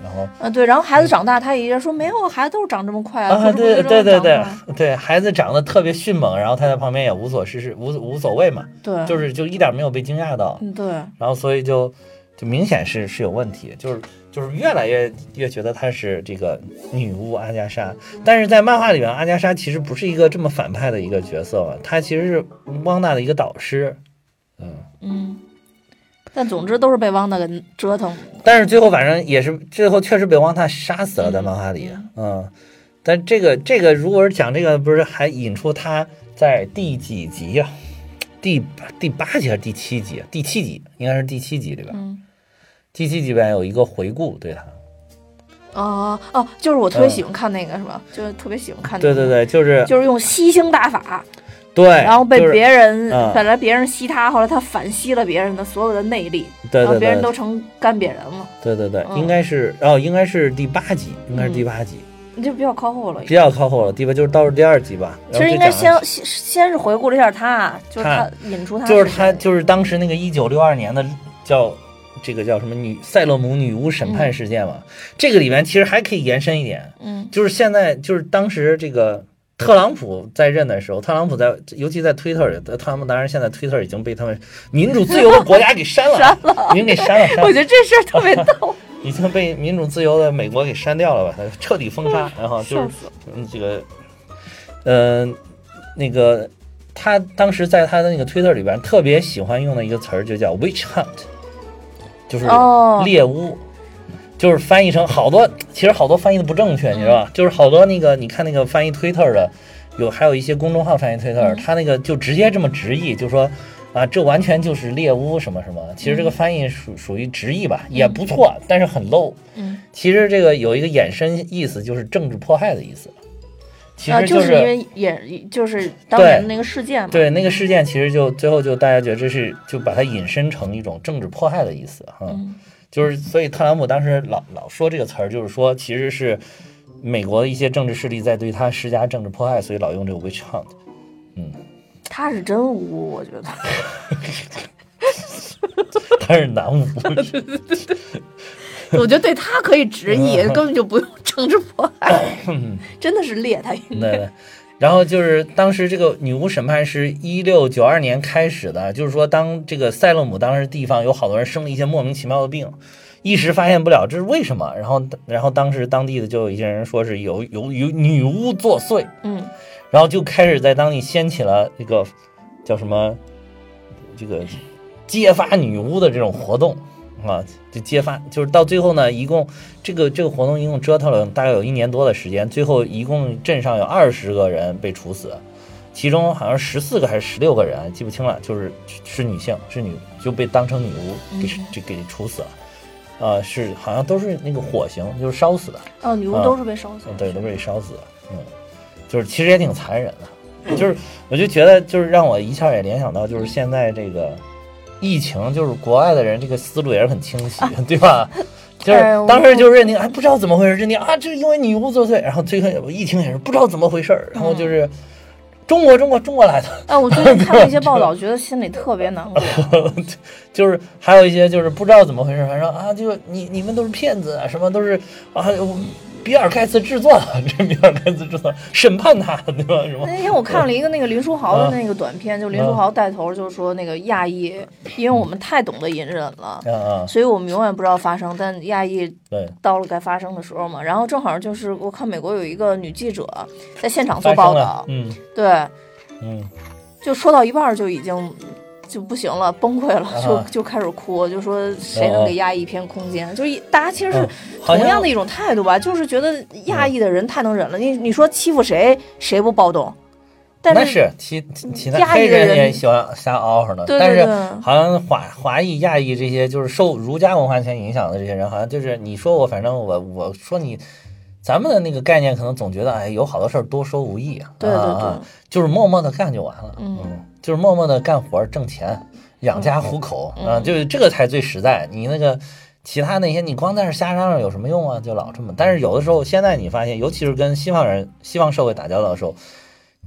B: 然后
A: 啊，对，然后孩子长大，他爷爷说没有，孩子都是长这么快
B: 嗯啊，
A: 可是
B: 对
A: 不是都
B: 对对
A: 长
B: 对
A: 大
B: 对，孩子长得特别迅猛，然后他在旁边也无所事事，无无所谓嘛，
A: 对，
B: 就是就一点没有被惊讶到。
A: 嗯对，
B: 然后所以就就明显是是有问题，就是就是越来越越觉得她是这个女巫阿加莎，但是在漫画里面，阿加莎其实不是一个这么反派的一个角色嘛，她其实是汪娜的一个导师，嗯，
A: 嗯，但总之都是被汪大给折腾，
B: 但是最后反正也是最后确实被汪娜杀死了，在漫画里，嗯，但这个这个如果是讲这个，不是还引出她在第几集呀、第八第八集还是第七集啊？第七集应该是第七集里边，
A: 嗯。
B: 第七集里边有一个回顾对她。
A: 哦哦，就是我特别
B: 嗯
A: 喜欢看那个，是吧？就是特别喜欢看那
B: 对
A: 个。
B: 对对，就是
A: 嗯就是用吸星大法，
B: 对，
A: 然后被
B: 就是
A: 别人、
B: 嗯
A: 本来别人吸他，后来他反吸了别人的所有的内力，
B: 对
A: 然后
B: 对
A: 别人都
B: 对
A: 成干瘪人了，
B: 对对对，
A: 嗯
B: 应该是哦，应该是第八集，应该是第
A: 嗯
B: 八集，
A: 你就比较靠后了。
B: 比较靠后了，第八就是倒数第二集吧。
A: 其
B: 然
A: 实应
B: 后就
A: 该
B: 讲
A: 先先先是回顾了一下他，就是他
B: 看
A: 引出他
B: 就是
A: 谁
B: 他就是当时那个一九六二年的叫这个叫什么女塞勒姆女巫审判事件嘛，这个里面其实还可以延伸一点，
A: 嗯
B: 就是现在就是当时这个。特朗普在任的时候，特朗普在，尤其在推特里，特朗普当然现在推特已经被他们民主自由的国家给删 了，
A: 删
B: 已经给删了，删了
A: 我觉得这事儿特别逗，
B: 已经被民主自由的美国给删掉了吧？它彻底封杀，然后就
A: 笑
B: 是
A: 死了。
B: 嗯这个，呃，那个他当时在他的那个推特里边特别喜欢用的一个词儿就叫 witch hunt，就是
A: 哦
B: 猎巫。就是翻译成好多，其实好多翻译的不正确，你知
A: 嗯
B: 道吧？就是好多那个，你看那个翻译推特的，有还有一些公众号翻译推
A: 嗯
B: 特，他那个就直接这么直译，就说啊，这完全就是猎巫什么什么。其实这个
A: 嗯
B: 翻译属属于直译吧，也不错，但是很 low。
A: 嗯，
B: 其实这个有一个衍生意思，就是政治迫害的意思。 其
A: 啊，
B: 实、
A: 就是因为也就是当年的那个事件嘛。
B: 对那个事件，其实就最后就大家觉得这是就把它引申成一种政治迫害的意思哈、
A: 嗯
B: 就是所以特朗普当时老老说这个词儿，就是说其实是美国的一些政治势力在对他施加政治迫害，所以老用这个 witch hunt。
A: 他是真污，我觉得。
B: 他是南巫，
A: 我觉得对他可以直译，
B: 嗯
A: 根本就不用政治迫害，真的是猎他。
B: 对。然后就是当时这个女巫审判是一六九二年开始的，就是说当这个塞勒姆当时地方有好多人生了一些莫名其妙的病，一时发现不了这是为什么。然后然后当时当地的就有一些人说是有有有女巫作祟，
A: 嗯，
B: 然后就开始在当地掀起了那个叫什么这个揭发女巫的这种活动啊，就揭发，就是到最后呢，一共这个这个活动一共折腾了大概有一年多的时间，最后一共镇上有二十个人被处死，其中好像十四个还是十六个人，记不清了，就是是女性，是女就被当成女巫给就给处死了。呃，是好像都是那个火刑，就是烧死的。
A: 哦，女巫
B: 啊
A: 都是被烧死的。
B: 对，都被烧死了。嗯，就是其实也挺残忍的，就是我就觉得就是让我一下也联想到就是现在这个疫情，就是国外的人这个思路也是很清晰，对 吧？就是
A: 哎我
B: 当时就认定，哎，不知道怎么回事，认定啊，这是因为女巫作祟，然后最后疫情也是不知道怎么回事儿，然后
A: 嗯
B: 就是中国中国中国来的，
A: 哎，我最近看了一些报 道，觉得心里特别难过。
B: 就是还有一些就是不知道怎么回事，反正啊，就你你们都是骗子啊，什么都是啊，我比尔盖茨制作的， 这比尔盖茨制作审判他，对吧？什么？
A: 那天我看了一个那个林书
B: 嗯
A: 豪的那个短片，就林书豪带头就说那个亚裔，因为我们太懂得隐忍了，
B: 啊啊，
A: 所以我们永远不知道发生，但亚裔
B: 对，
A: 到了该发生的时候嘛。然后正好就是我看美国有一个女记者在现场做
B: 发
A: 报
B: 生了
A: 道，，
B: 嗯
A: 对，
B: 嗯，
A: 就说到一半儿就已经就不行了，崩溃了，
B: 啊哦
A: 就就开始哭，就说谁能给亚裔一片空间？就一大家其实是
B: 嗯好
A: 同
B: 像嗯
A: 样的一种态度吧，就是觉得亚裔的人太能忍了，你你说欺负谁谁不暴动？但
B: 那
A: 是
B: 是其其其他
A: 亚裔
B: 黑
A: 的
B: 人也
A: 人
B: 喜欢瞎嗷嗷的，
A: 对
B: 但
A: 对
B: 是
A: 对
B: 好像华华裔、亚裔这些就是受儒家文化圈影响的这些人，好像就是你说我，反正我我说你，咱们的那个概念可能总觉得哎，有好多事儿多说无益啊，
A: 对对对
B: 啊，就是默默的干就完了，
A: 嗯
B: 就是默默的干活儿挣钱养家糊口、
A: 嗯
B: 啊，就是这个才最实在。你那个。其他那些你光在那儿瞎嚷嚷有什么用啊？就老这么。但是有的时候，现在你发现，尤其是跟西方人、西方社会打交道的时候，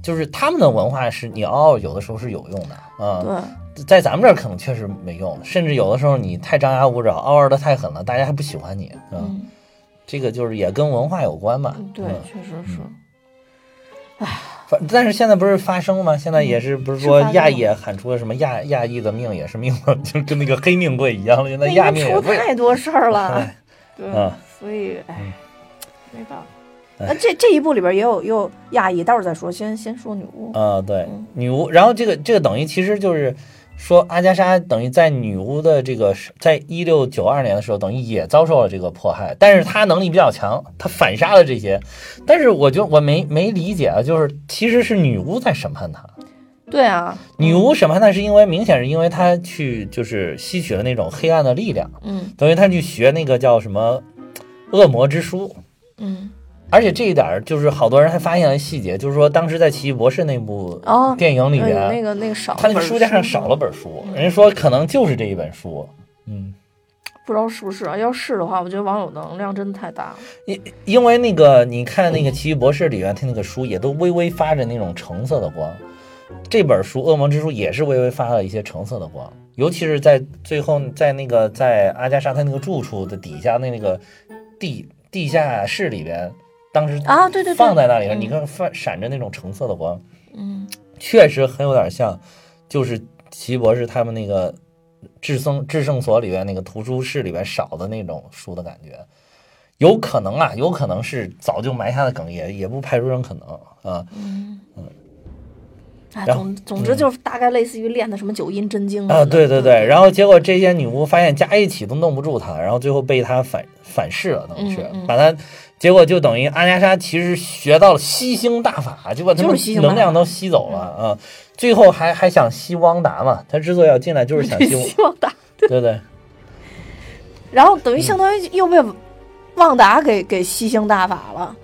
B: 就是他们的文化是你嗷嗷有的时候是有用的啊。
A: 对，
B: 在咱们这儿可能确实没用，甚至有的时候你太张牙舞爪、嗷嗷的太狠了，大家还不喜欢你。嗯，
A: 嗯，
B: 这个就是也跟文化有关吧。
A: 对
B: 嗯，
A: 确实是。
B: 反但是现在不是发生了吗？现在也是不是
A: 嗯是
B: 说
A: 发
B: 亚
A: 生
B: 裔也喊出了什么亚亚裔的命也是命吗？就跟那个黑命贵一样了，现在
A: 那
B: 亚
A: 因
B: 命
A: 为
B: 也
A: 出
B: 贵。
A: 太多事儿了
B: 哎，
A: 对
B: 啊，
A: 所以哎，没办法。
B: 哎
A: 那这这一部里边也有也有亚裔，待会儿再说，先先说女巫。
B: 啊，对
A: 嗯，
B: 女巫。然后这个这个等于其实就是说，阿加莎等于在女巫的这个是在一六九二年的时候，等于也遭受了这个迫害，但是她能力比较强，她反杀了这些。但是我觉得我没没理解啊，就是其实是女巫在审判她。
A: 对啊，
B: 女巫审判她是因为明显是因为她去就是吸取了那种黑暗的力量，
A: 嗯
B: 等于她去学那个叫什么恶魔之书，
A: 嗯，
B: 而且这一点儿就是好多人还发现了细节，就是说当时在《奇异博士》那部
A: 哦
B: 电影里
A: 那
B: 面，
A: 有那个那个少，
B: 他那个书架上少了，本书，人家说可能就是这一本书。嗯，
A: 不知道是不是啊？要是的话，我觉得网友能量真的太大了。
B: 因因为那个你看那个《奇异博士》里面，他那个书也都微微发着那种橙色的光，这本书《恶魔之书》也是微微发了一些橙色的光，尤其是在最后在那个在阿加莎她那个住处的底下那那个地地下室里边，当时
A: 啊对对对
B: 放在那里边，
A: 嗯
B: 你看发闪着那种橙色的光，
A: 嗯，
B: 确实很有点像，就是奇异博士他们那个至圣至圣所里边那个图书室里边少的那种书的感觉。有可能啊，有可能是早就埋下的梗，也也不排除这种可能啊。
A: 嗯哎，
B: 然后嗯
A: 总总之就是大概类似于练的什么九阴真经
B: 啊，对对对，
A: 后
B: 然后结果这些女巫发现加一起都弄不住她，然后最后被她反反噬了，等于是
A: 嗯嗯
B: 把她，结果就等于阿加莎其实学到了吸星大法，就把他
A: 就
B: 们
A: 是吸星大法嗯
B: 能量都吸走了啊。最后还还想吸汪达嘛，他之所以要进来就是想 吸汪，
A: 希望打，
B: 对对。
A: 然后
B: 嗯
A: 等于相当于又被旺达给给吸星大法了。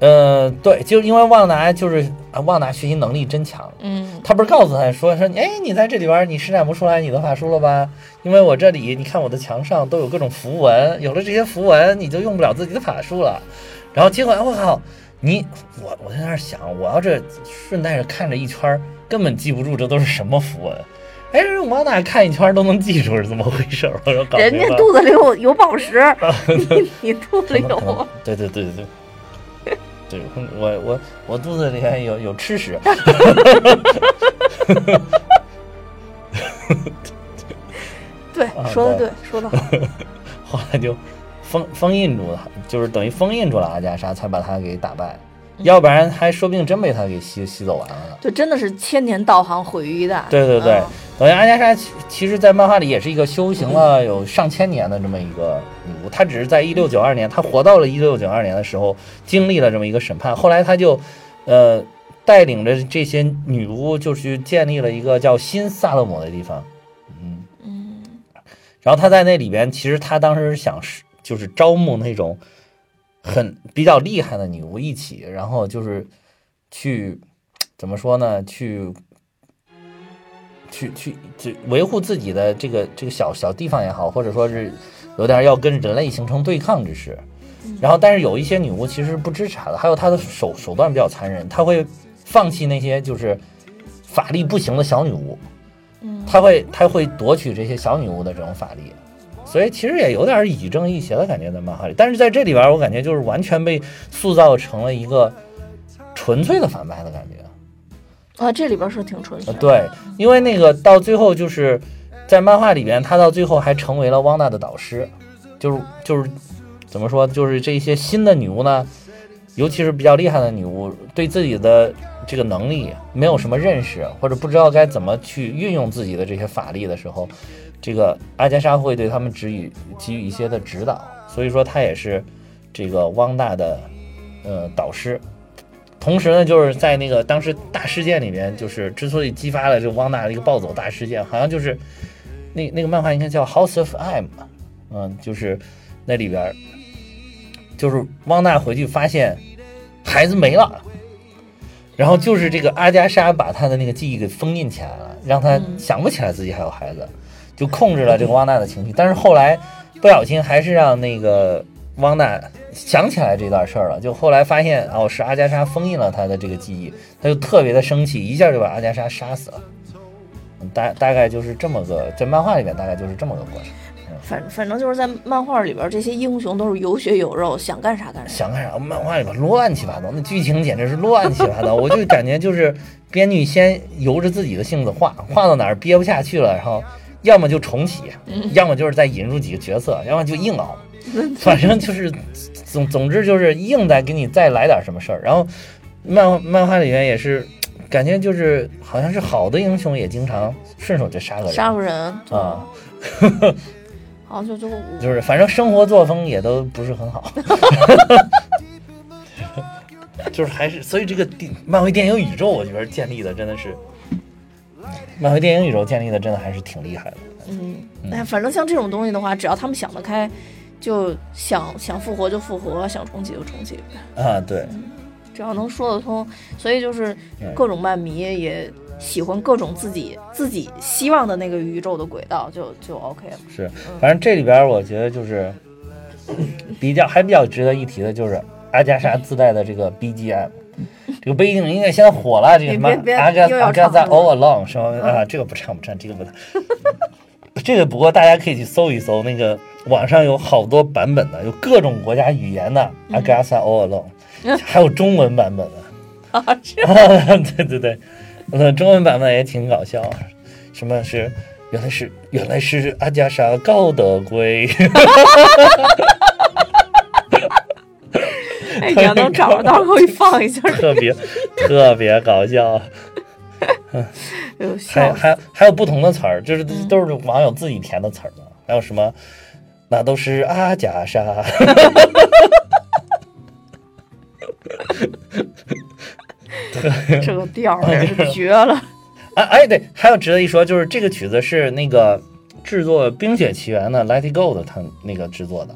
B: 呃，对，就是因为旺达就是啊，旺达学习能力真强。
A: 嗯，
B: 他不是告诉他说说，哎，你在这里边儿你施展不出来你的法术了吧？因为我这里你看我的墙上都有各种符文，有了这些符文你就用不了自己的法术了。然后结果哎我靠，你我我在那儿想，我要这顺带着看着一圈儿，根本记不住这都是什么符文。哎，让往哪看一圈儿都能记住是怎么回事儿？我说搞
A: 人
B: 明
A: 家
B: 白了
A: 肚子里有有宝石， 你你肚子
B: 可
A: 里
B: 能可能
A: 有。
B: 对对对对对。对，我我我肚子里还有有吃食，
A: 对
B: 啊，
A: 说的
B: 对
A: 对，说 的好。
B: 后来就封封印住了，就是等于封印住了阿加莎，才把他给打败，要不然还说不定真被他给吸吸走完了呢。
A: 就真的是千年道行毁于一旦。
B: 对对对
A: 嗯，
B: 等于阿加莎其其实，在漫画里也是一个修行了有上千年的这么一个女巫，她只是在一六九二年，她活到了一六九二年的时候，经历了这么一个审判，后来她就，呃，带领着这些女巫就去建立了一个叫新萨勒姆的地方，嗯然后她在那里边，其实她当时想是就是招募那种很比较厉害的女巫一起，然后就是去怎么说呢，去去去去维护自己的这个这个小小地方也好，或者说是有点要跟人类形成对抗之势。然后，但是有一些女巫其实不知察的，还有她的手手段比较残忍，她会放弃那些就是法力不行的小女巫，她会她会夺取这些小女巫的这种法力，所以其实也有点以正以邪的感觉在漫画里，但是在这里边儿我感觉就是完全被塑造成了一个纯粹的反派的感觉。
A: 啊，这里边是挺纯粹
B: 呃，
A: 的，
B: 对，因为那个到最后就是在漫画里边，他到最后还成为了汪娜的导师，就是就是怎么说，就是这些新的女巫呢，尤其是比较厉害的女巫，对自己的这个能力没有什么认识，或者不知道该怎么去运用自己的这些法力的时候，这个阿加莎会对他们给予给予一些的指导，所以说她也是这个汪娜的呃导师。同时呢，就是在那个当时大事件里面，就是之所以激发了这个汪娜的一个暴走大事件，好像就是那那个漫画应该叫《House of M》，嗯，就是那里边儿，就是汪娜回去发现孩子没了，然后就是这个阿加莎把她的那个记忆给封印起来了，让她想不起来自己还有孩子，就控制了这个汪娜的情绪。但是后来不小心还是让那个汪娜想起来这段事儿了，就后来发现哦是阿加莎封印了她的这个记忆，她就特别的生气，一下就把阿加莎杀死了。嗯大大概就是这么个，在漫画里面大概就是这么个过程，
A: 反反正就是在漫画里边，这些英雄都是有血有肉，想干啥干啥。
B: 想干啥？漫画里边乱七八糟，那剧情简直是乱七八糟，我 就感觉就是编剧先由着自己的性子画，画到哪儿憋不下去了，然后 要么就重启，要么就是再引入几个角色，要么就硬熬， 反正就是总总之就是硬再给你再来点什么事儿。然后漫漫画里面也是，感觉就是好像是好的英雄也经常顺手就杀个人
A: 杀个人，对
B: 啊，
A: 好像就就
B: 就是反正生活作风也都不是很好， 就是还是所以这个电漫威电影宇宙，我觉得建立的真的是，漫威电影宇宙建立的真的还是挺厉害的。
A: 嗯，哎，反正像这种东西的话，只要他们想得开，就想想复活就复活，想重启就重启呗，
B: 啊，对，
A: 只要能说得通。所以就是
B: 嗯
A: 各种漫迷也喜欢各种自己自己希望的那个宇宙的轨道，就就 OK 了。
B: 是，反正这里边我觉得就是比较还比较值得一提的就是阿加莎自带的这个 BGM，这个背景音乐现在火了，这个什么
A: 你别别
B: 阿加
A: 又要
B: 阿加
A: 唱嗯
B: 在
A: 是吧
B: All Along 什么啊，这个不唱不唱，这个不唱。 这个不过大家可以去搜一搜，那个网上有好多版本的，有各种国家语言的
A: 嗯
B: 《阿加莎 All Along》，还有中文版本的。
A: 啊，这
B: 对对对，那中文版本也挺搞笑，啊什么是原来是原来是阿加莎高德归，
A: 哎，你要能找着，到时候给你放一下，
B: 特 别特别搞笑，
A: 哎呦，笑
B: 还有
A: 死。
B: 还有还有不同的词儿，就是都是网友自己填的词儿嘛，
A: 嗯
B: 还有什么那都是阿加莎。啊
A: 这个调儿也是绝了。
B: 啊，哎，对，还有值得一说，就是这个曲子是那个制作《冰雪奇缘》的《Let It Go》的他那个制作的，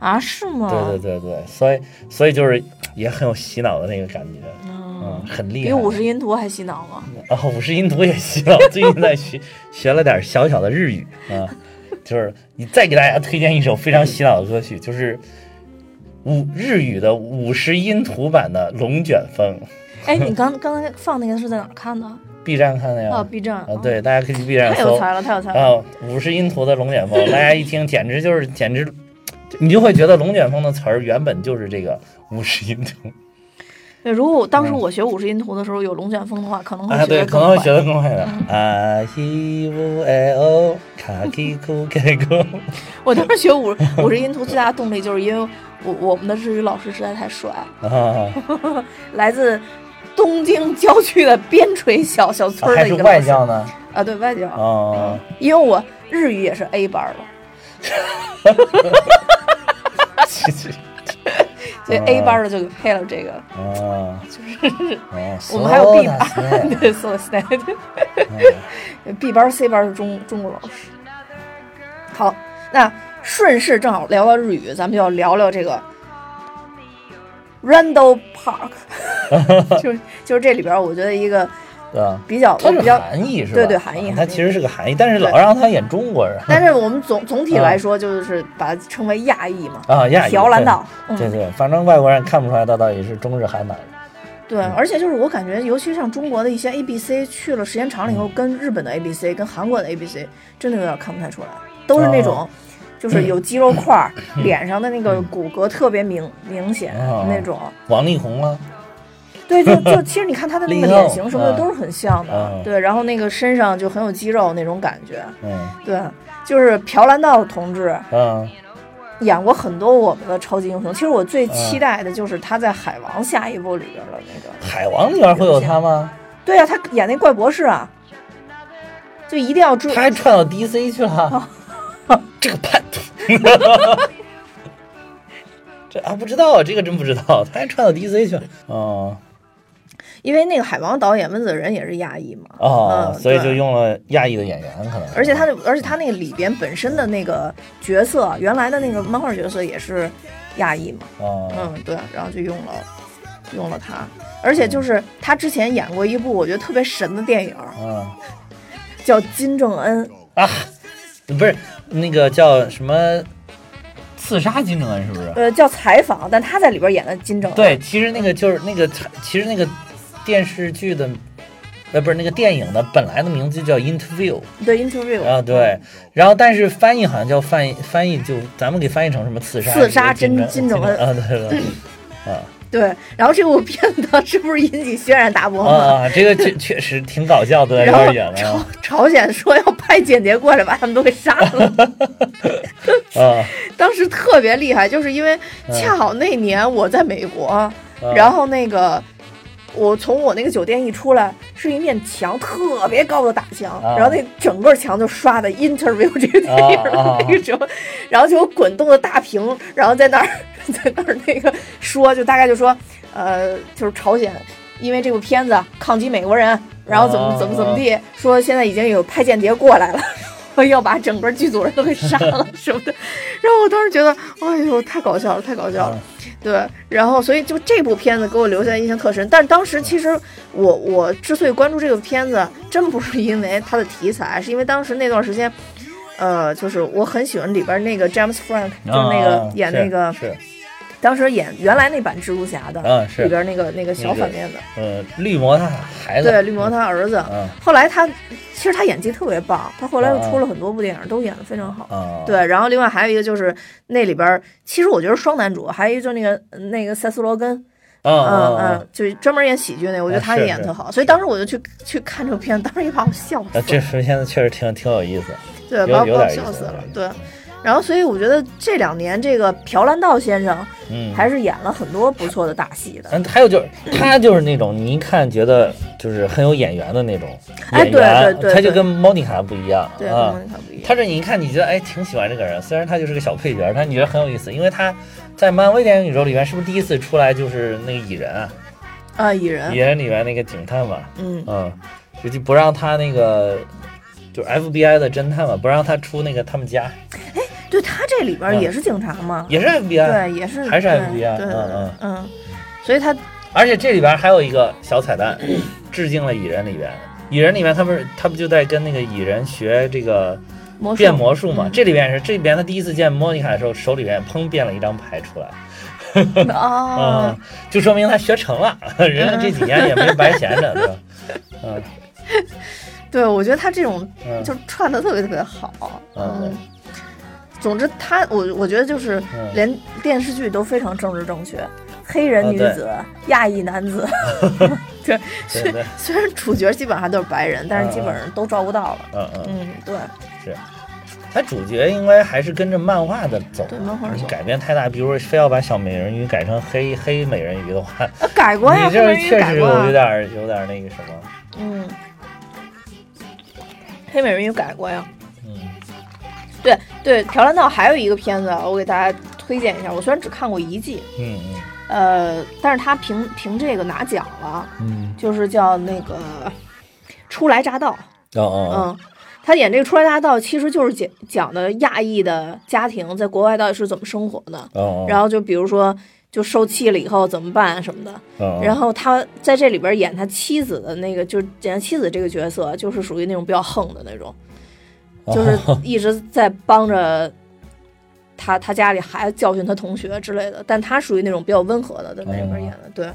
A: 啊，是吗？
B: 对对对对，所以所以就是也很有洗脑的那个感觉，嗯，很厉害。
A: 比五十音图还洗脑 吗？
B: 啊，五十音图也洗脑，最近在学学了点小小的日语啊，就是你再给大家推荐一首非常洗脑的歌曲，就是五日语的五十音图版的《龙卷风
A: 哎，你刚刚才放那个是在哪儿看的？》
B: ，B 站看的呀
A: 啊，B 站
B: 啊，，对，大家可以去 B 站
A: 太有
B: 搜。
A: 才了，太有才了。
B: 啊，五十音图的《龙卷风》，大家一听简直就是简直，你就会觉得《龙卷风》的词儿原本就是这个五十音图
A: 对，如果我当时我学五十音图的时候有龙卷风的话，可能会
B: 嗯啊，
A: 学
B: 对，
A: 得
B: 可
A: 更快。嗯
B: 能会学得更快的。啊西乌哎哦，卡基库盖库，
A: 我当时学五五十音图最大的动力就是因为我我们的日语老师实在太帅，
B: 啊，
A: 来自东京郊区的边陲小小村儿
B: 啊还
A: 的一
B: 是
A: 个
B: 外
A: 老师
B: 教呢？
A: 啊，对外教，
B: 啊，
A: 因为我日语也是 A 班儿的，
B: 其实
A: 所以 A 班儿的就给配了这个。
B: 啊，哦 就是
A: 我们还有 B
B: 吧？
A: 班， 对，搜 s n a
B: 嗯
A: b 班、C 班是中中国老师。好，那顺势正好聊到日语，咱们就要聊聊这个 Randall Park，就是 就是这里边我觉得一个
B: 对吧？
A: 比较
B: 它
A: 我
B: 是
A: 比较，
B: 韩裔是吧？啊
A: 对对韩裔
B: 它
A: 韩裔
B: 其实是个韩裔，但是老让他演中国人
A: 但是我们总总体来说就是把它称为亚裔嘛，
B: 啊，亚裔
A: 朴兰岛，
B: 对
A: 嗯，
B: 对，反正外国人看不出来他到底是中日韩哪人。
A: 对，而且就是我感觉，尤其像中国的一些 A B C 去了时间长了以后，跟日本的 A B C、跟韩国的 A B C 真的有点看不太出来，都是那种就是有肌肉块儿， 脸上的那个骨骼特别明明显
B: 啊
A: 那种。
B: 王力宏啊，
A: 对，就就其实你看他的那个
B: 利奥
A: 脸型什么的
B: 嗯
A: 都是很像的
B: 嗯，
A: 对，然后那个身上就很有肌肉那种感觉，
B: 嗯
A: 对，就是朴兰道同志
B: 啊，
A: 演过很多我们的超级英雄，其实我最期待的就是他在《海王》下一部里边的那个，
B: 海王里边会有他吗？
A: 对啊，他演那怪博士啊，就一定要追
B: 他还串到 DC 去了，
A: 哦
B: 这个叛徒。这啊，不知道，这个真不知道，他还串到 DC 去了。哦
A: 因为那个海王导演温子仁也是亚裔嘛，
B: 哦，
A: 嗯
B: 所以就
A: 对
B: 用了亚裔的演员，可能。
A: 而且他的，而且他那个里边本身的那个角色，原来的那个漫画角色也是亚裔嘛，
B: 哦，
A: 嗯，对，然后就用了用了他，而且就是他之前演过一部我觉得特别神的电影，
B: 嗯
A: 叫《金正恩》，
B: 啊，不是那个叫什么刺杀金正恩是不是？
A: 呃，叫采访，但他在里边演的金正恩，
B: 对，其实那个就是那个，其实那个电视剧的，呃，不是那个电影的本来的名字叫 Interview
A: 对，interview
B: 啊，对，然后但是翻译好像叫翻译翻译就咱们给翻译成什么刺杀
A: 刺杀
B: 金
A: 真金正恩
B: 啊，对对对。啊
A: 对，然后这部片子是不是引起轩然大波
B: 啊
A: 嘛？
B: 啊！这个确确实挺搞笑的，
A: 哦
B: 啊
A: 然
B: 有
A: 后
B: 点远
A: 朝
B: 了
A: 朝鲜说要派间谍过来把他们都给杀了，
B: 啊。
A: 当时特别厉害，就是因为
B: 嗯
A: 恰好那年我在美国，然
B: 后
A: 后那个我从我那个酒店一出来，是一面墙特别高的大墙，
B: 啊
A: 然后那整个墙就刷的 interview 这个电影
B: 啊啊啊
A: 的那个什么， 然后就有滚动的大屏，然后在那儿在那儿那个说，就大概就说，呃，就是朝鲜。因为这部片子抗击美国人，然后怎么
B: 啊
A: 怎么怎么地，说现在已经有派间谍过来了， 要把整个剧组人都给杀了什么的，然后我当时觉得，哎呦，太搞笑了，太搞笑了。对，然后所以就这部片子给我留下的印象特深。但当时其实我我之所以关注这个片子，真不是因为它的题材，是因为当时那段时间，呃，就是我很喜欢里边那个 James Frank，就是那个演那个，
B: 啊是
A: 当时演原来那版蜘蛛侠的、
B: 啊
A: 里
B: 是
A: 边那个那个小反面的，
B: 呃绿魔他孩子
A: 对，绿魔他儿子。
B: 啊
A: 后来他其实他演技特别棒，他后来又
B: 啊
A: 出了很多部电影，都演得非常好。
B: 啊
A: 对，然后另外还有一个就是那里边儿，其实我觉得双男主，还有一个就是那个那个塞斯罗根，
B: 啊
A: 嗯
B: 啊
A: 嗯，就是专门演喜剧那，我觉得
B: 啊
A: 他
B: 是
A: 也演得
B: 是
A: 特好，所以当时我就去去看这个片，当时也把我笑死
B: 啊！这
A: 了，
B: 部片子确实挺挺有意思，
A: 对，
B: 有
A: 把我
B: 有
A: 把我
B: 点意
A: 笑死
B: 思有
A: 了
B: 点，意
A: 对
B: 思。
A: 然后所以我觉得这两年这个朴兰道先生
B: 嗯，
A: 还是演了很多不错的大戏的，
B: 嗯，还有就是他就是那种你一看觉得就是很有眼缘的那种
A: 哎
B: 演员，
A: 对对对
B: 他就
A: 对
B: 跟莫妮卡不一样
A: 对，跟
B: 啊
A: 莫。妮卡不一样。
B: 他这你一看，你觉得哎挺喜欢这个人，虽然他就是个小配角，但你觉得很有意思，因为他在漫威电影宇宙里面是不是第一次出来就是那个蚁人啊？
A: 啊，蚁
B: 蚁
A: 人，
B: 人里面那个警探嘛，
A: 嗯，
B: 嗯，就就不让他那个就是 FBI 的侦探嘛，不让他出那个他们家，
A: 对他这里边儿
B: 嗯
A: 也是警察嘛，
B: 也是 FBI，
A: 嗯对，也是
B: 还是
A: 对
B: FBI
A: 对
B: 嗯
A: 对
B: 嗯
A: 嗯，所以他
B: 而且这里边还有一个小彩蛋，致敬了蚁人里边。蚁人里面他不是他不就在跟那个蚁人学这个
A: 魔术嗯
B: 变魔术嘛？这里边也是，这里边他第一次见莫妮卡的时候，手里边砰变了一张牌出来，
A: 啊哦
B: 嗯，，就说明他学 成了，人家这几年也没白闲着，对吧？嗯
A: 对，我觉得他这种
B: 嗯，
A: 就串的特别特别好。
B: 嗯
A: 嗯，总之他我我觉得就是
B: 嗯
A: 连电视剧都非常政治正确，黑人
B: 啊
A: 女
B: 对
A: 子、亚裔男 子，对，
B: 对对，
A: 虽然主角基本上都是白人，但是基本上都照顾到了。
B: 嗯嗯，
A: 嗯，对，
B: 他主角应该还是跟着漫画的走，
A: 对漫画
B: 你
A: 走
B: 改编太大，比如说非要把小美人鱼改成黑黑美人鱼的话，
A: 啊，改过呀，
B: 你这
A: 黑美人鱼
B: 确
A: 改
B: 实
A: 过
B: 有
A: 啊，
B: 点儿有点儿那个什么，
A: 嗯，黑美人鱼改过呀。
B: 嗯
A: 对对，朴兰道还有一个片子，我给大家推荐一下。我虽然只看过一季，
B: 嗯嗯
A: 呃，但是他凭凭这个拿奖了。
B: 嗯，
A: 就是叫那个初来乍到，
B: 哦哦哦。
A: 嗯，他演这个初来乍到，其实就是讲讲的亚裔的家庭在国外到底是怎么生活的，
B: 哦，
A: 然后就比如说就受气了以后怎么办啊什么的，
B: 后
A: 然后他在这里边演他妻子的那个，就是演他妻子这个角色，就是属于那种比较横的那种，就是一直在帮着。他 他家里孩子教训他同学之类的，但他属于那种比较温和的，在那边演的，对，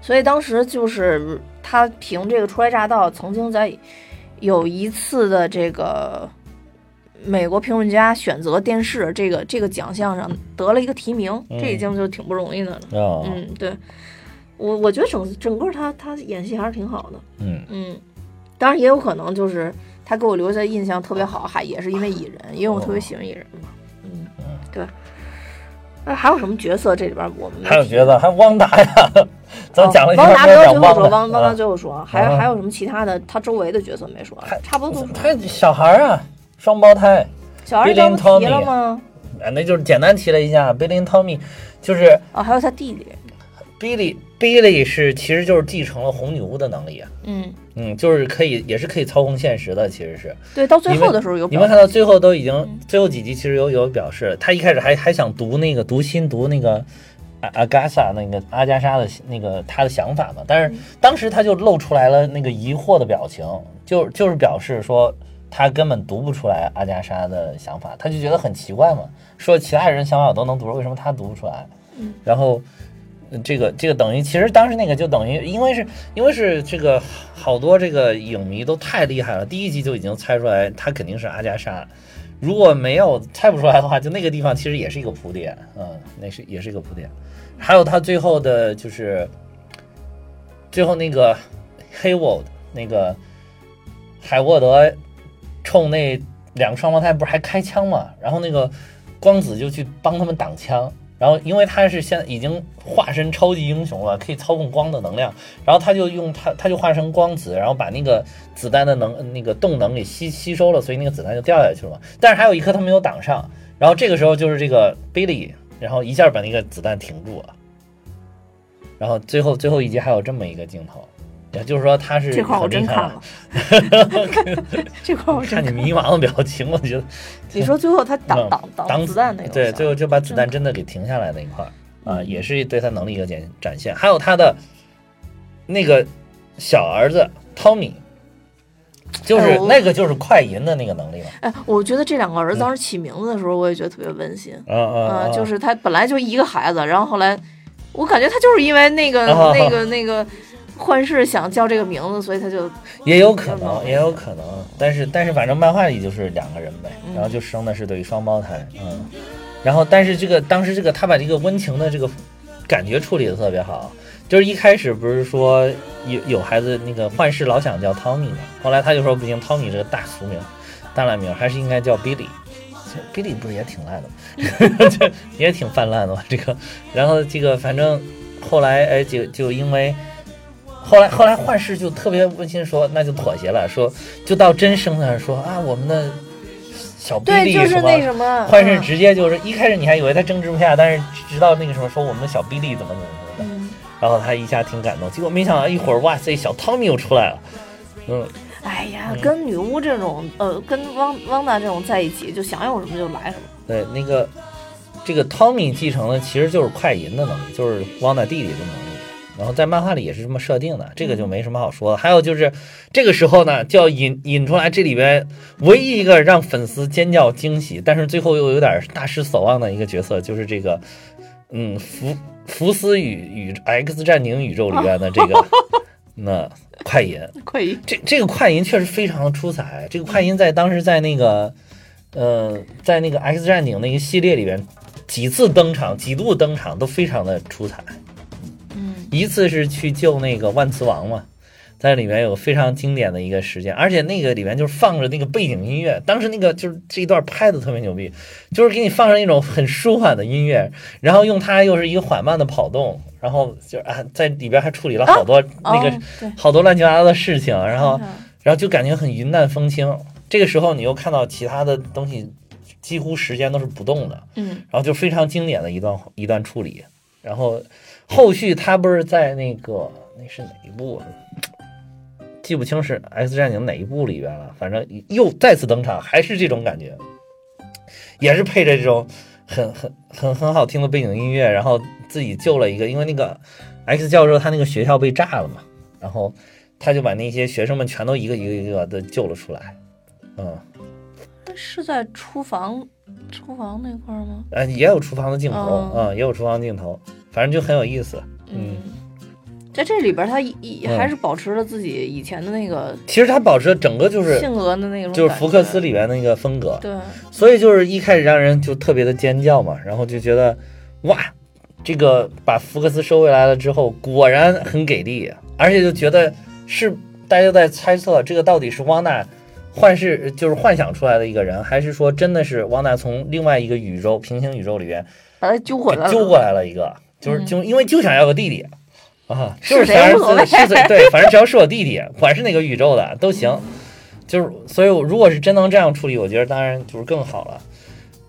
A: 所以当时就是他凭这个初来乍到，曾经在有一次的这个美国评论家选择电视这个这个奖项上得了一个提名，
B: 嗯
A: 这已经就挺不容易的了。
B: 啊，
A: 嗯，对，我我觉得整整个他他演戏还是挺好的。
B: 嗯
A: 嗯，当然也有可能就是他给我留下印象特别好，还也是因为蚁人，因为我特别喜欢蚁人嘛。嗯
B: 哦嗯，
A: 对。那还有什么角色这里边我们没
B: 还有
A: 提
B: 角色，还有汪达呀，咱讲了一
A: 哦汪
B: 半
A: 达
B: 没
A: 最后最
B: 有讲
A: 后
B: 汪
A: 说，汪汪达
B: 啊，
A: 最后说，还
B: 啊
A: 还有什么其他的他周围的角色没说
B: 还，
A: 差不多都 说。
B: 他小孩儿啊，双胞胎，
A: 小孩儿
B: Billy
A: 刚
B: and
A: 不提了吗？
B: 啊，那就是简单提了一下 Billy and Tommy，就是
A: 哦，还有他弟弟，
B: Billy Billy 是其实就是继承了红女巫的能力啊，
A: 嗯，
B: 嗯，就是可以也是可以操控现实的，其实是
A: 对，到最
B: 你们
A: 后的时候有
B: 你
A: 表
B: 们看到最后都已经
A: 嗯
B: 最后几集其实有有表示了，他一开始还还想读那个读心读那个。阿阿加莎那个阿加莎的那个他的想法嘛，
A: 嗯
B: 但是当时他就露出来了那个疑惑的表情，就就是表示说他根本读不出来阿加莎的想法，他就觉得很奇怪嘛，说其他人想法我都能读出来，为什么他读不出来？
A: 嗯
B: 然后呃这个这个等于其实当时那个就等于因为是因为是这个好多这个影迷都太厉害了，第一集就已经猜出来他肯定是阿加莎。如果没有猜不出来的话，就那个地方其实也是一个铺垫，嗯，那是也是一个铺垫。还有他最后的就是最后那个 Hayward 那个海沃德冲那两个双胞胎不是还开枪嘛，然后那个光子就去帮他们挡枪。然后，因为他是现在已经化身超级英雄了，可以操控光的能量，然后他就用他他就化身光子，然后把那个子弹的能那个动能给吸吸收了，所以那个子弹就掉下去了嘛。但是还有一颗他没有挡上，然后这个时候就是这个 Billy，然后一下把那个子弹停住了。然后最后最后一集还有这么一个镜头，也就是说他是
A: 这块儿我
B: 很厉
A: 真
B: 害
A: 看了， 这块儿我真
B: 看你
A: 看了。
B: 迷茫的表情，我觉得
A: 你说最后他挡
B: 嗯
A: 挡
B: 挡
A: 子弹那个，
B: 对，最后就把子
A: 真
B: 弹
A: 的
B: 真的给停下来那一块儿啊、
A: 嗯
B: 也是对他能力一个展展现。还有他的那个小儿子 Tommy，就是、
A: 哎我
B: 那个就是快银的那个能力嘛，
A: 哎，我觉得这两个儿子当时起名字的时候，我也觉得特别温馨。
B: 嗯嗯
A: 嗯，就是他本来就一个孩子，然后后来我感觉他就是因为那个
B: 啊
A: 那个那个幻视想叫这个名字，所以他就
B: 也有
A: 这
B: 可能，
A: 种
B: 也有可能，但是但是反正漫画里就是两个人呗，
A: 嗯
B: 然后就生的是对双胞胎，嗯，然后但是这个当时这个他把这个温情的这个感觉处理的特别好，就是一开始不是说有有孩子那个幻视老想叫汤米嘛，后来他就说不行，汤米这个大俗名、大烂名还是应该叫 Billy。这 Billy 不是也挺烂的吗？这也挺泛滥的嘛，这个，然后这个反正后来哎就就因为后来后来幻视就特别温馨说，那就妥协了，说就到真生那儿说啊，我们的小
A: 对，
B: 比
A: 就
B: 利
A: 是
B: 什
A: 那
B: 么。
A: 什么
B: 幻视
A: 嗯
B: 直接就是一开始你还以为他争执不下，但是直到那个时候说我们的小比利怎么怎么怎么的，
A: 嗯
B: 然后他一下挺感动，结果没想到一会儿哇塞，小汤米又出来了，嗯，
A: 哎呀
B: 嗯，
A: 跟女巫这种呃，跟汪汪达这种在一起，就想有什么就来什么。
B: 对，那个这个汤米继承的其实就是快银的能力，就是汪达弟弟的能力。然后在漫画里也是这么设定的，这个就没什么好说的。还有就是这个时候呢，就要引引出来这里边唯一一个让粉丝尖叫惊喜，但是最后又有点大失所望的一个角色，就是这个嗯福福斯与与 X 战警宇宙里边的这个那快银。
A: 快一
B: 这这个快银确实非常的出彩，这个快银在当时在那个，呃，在那个 X 战警那个系列里边，几次登场，几度登场都非常的出彩。
A: 嗯，
B: 一次是去救那个万磁王嘛，在里面有非常经典的一个时间，而且那个里面就是放着那个背景音乐，当时那个就是这一段拍的特别牛逼，就是给你放上一种很舒缓的音乐，然后用它又是一个缓慢的跑动，然后就啊在里边还处理了好多那个、
A: 哦、对，
B: 好多乱七八糟的事情，然后。
A: 嗯
B: 然后就感觉很云淡风轻。这个时候你又看到其他的东西，几乎时间都是不动的，
A: 嗯，
B: 然后就非常经典的一段一段处理。然后后续他不是在那个那是哪一部啊？记不清是《X 战警》哪一部里边了，反正又再次登场，还是这种感觉，也是配着这种很很很很好听的背景音乐，然后自己救了一个，因为那个 X 教授他那个学校被炸了嘛，然后他就把那些学生们全都一个一个一个的救了出来，嗯，
A: 但是在厨房厨房那块儿吗？
B: 啊，也有厨房的镜头，
A: 哦
B: 嗯，也有厨房镜头，反正就很有意思。嗯，
A: 在这里边他一一
B: 嗯
A: 还是保持了自己以前的那个
B: 其实他保持了整个就是
A: 性格的那种，
B: 就是福克斯，里边那个风格，
A: 对，
B: 所以就是一开始让人就特别的尖叫嘛，然后就觉得哇，这个把福克斯收回来了之后，果然很给力，啊而且就觉得是大家都在猜测这个到底是汪娜幻视就是幻想出来的一个人，还是说真的是汪娜从另外一个宇宙平行宇宙里边
A: 把他揪回来了，
B: 哎揪过来了一个，就是
A: 嗯
B: 就因为就想要个弟弟。啊，
A: 是
B: 就是
A: 谁
B: 想
A: 无所谓
B: 是 是对，反正只要是我弟弟，管是哪个宇宙的都行。就是，所以我如果是真能这样处理，我觉得当然就是更好了。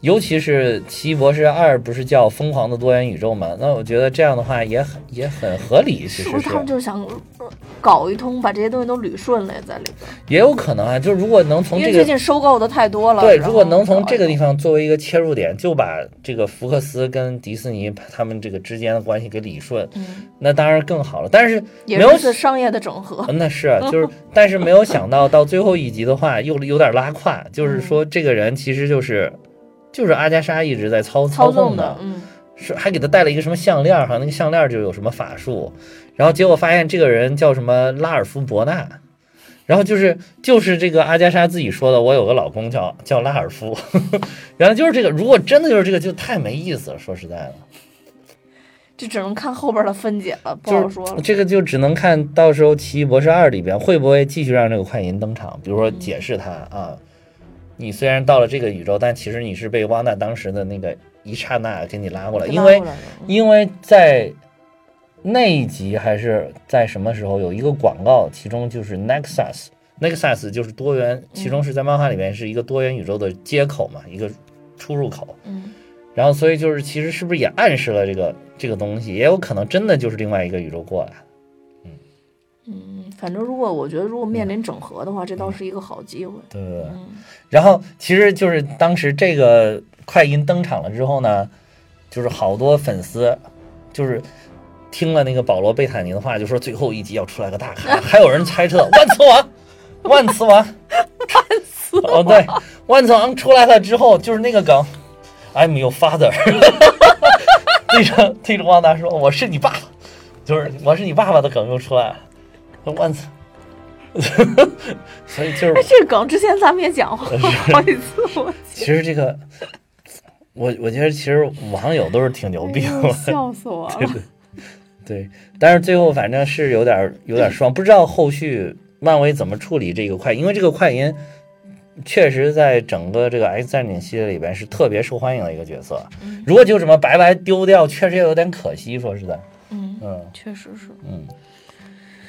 B: 尤其是《奇异博士二》不是叫《疯狂的多元宇宙》嘛？那我觉得这样的话也很也很合理，其
A: 是
B: 实
A: 不是他们就是想呃搞一通，把这些东西都捋顺了在里边？
B: 也有可能啊。就是如果能从
A: 因
B: 这
A: 为最
B: 个
A: 近收购的太多了，
B: 对，
A: 然后
B: 如果能从这个地
A: 搞
B: 方作为一个切入点，就把这个福克斯跟迪士尼他们这个之间的关系给理顺，
A: 一通，嗯，
B: 那当然更好了。但是
A: 也
B: 没有
A: 是一次商业的整合，
B: 嗯，那是啊就是，但是没有想到到最后一集的话，又有点拉胯，就是
A: 嗯
B: 说这个人其实就是就是阿加莎一直在操
A: 操
B: 纵
A: 纵
B: 的，
A: 嗯，
B: 是还给他戴了一个什么项链儿，好像那个项链儿就有什么法术，然后结果发现这个人叫什么拉尔夫·伯纳。然后就是就是这个阿加莎自己说的，我有个老公叫叫拉尔夫， 然后就是这个，如果真的就是这个，就太没意思了。说实在的，
A: 这只能看后边的分解了，不好
B: 就
A: 说了
B: 是。这个就只能看到时候《奇异博士二》里边会不会继续让这个快银登场，比如说解释他啊，你虽然到了这个宇宙，但其实你是被汪娜当时的那个一刹那给你拉过来，因为
A: 拉过来了嗯
B: 因为在那一集还是在什么时候有一个广告，其中就是 Nexus。Nexus 就是多元，其中是在漫画里面是一个多元宇宙的接口嘛，一个出入口。
A: 嗯，
B: 然后所以就是其实是不是也暗示了这个这个东西，也有可能真的就是另外一个宇宙过来。
A: 嗯，反正如果我觉得如果面临整合的话，这倒是一个好机会。
B: 对对对。
A: 嗯，
B: 然后其实就是当时这个快银登场了之后呢，就是好多粉丝就是。听了那个保罗·贝塔尼的话，就说最后一集要出来个大咖，还有人猜测万磁王，万磁王，哦对，万磁王出来了之后就是那个梗，I'm your father，对着对着汪达说我是你爸，就是我是你爸爸的梗又出来了，万磁， 所以就是
A: 哎，这梗之前咱们也讲 过好几次，我
B: 其实这个，我我觉得其实网友都是挺 牛逼
A: 哎
B: 的
A: 呦
B: 嘛，
A: 笑死我了。
B: 对。但是最后反正是有点儿有点儿双，不知道后续漫威怎么处理这个快，因为这个快银确实在整个这个 X 战警系列里边是特别受欢迎的一个角色。如果就这么白白丢掉，确实也有点可惜，说实在，
A: 嗯，
B: 嗯
A: 确实是。
B: 嗯。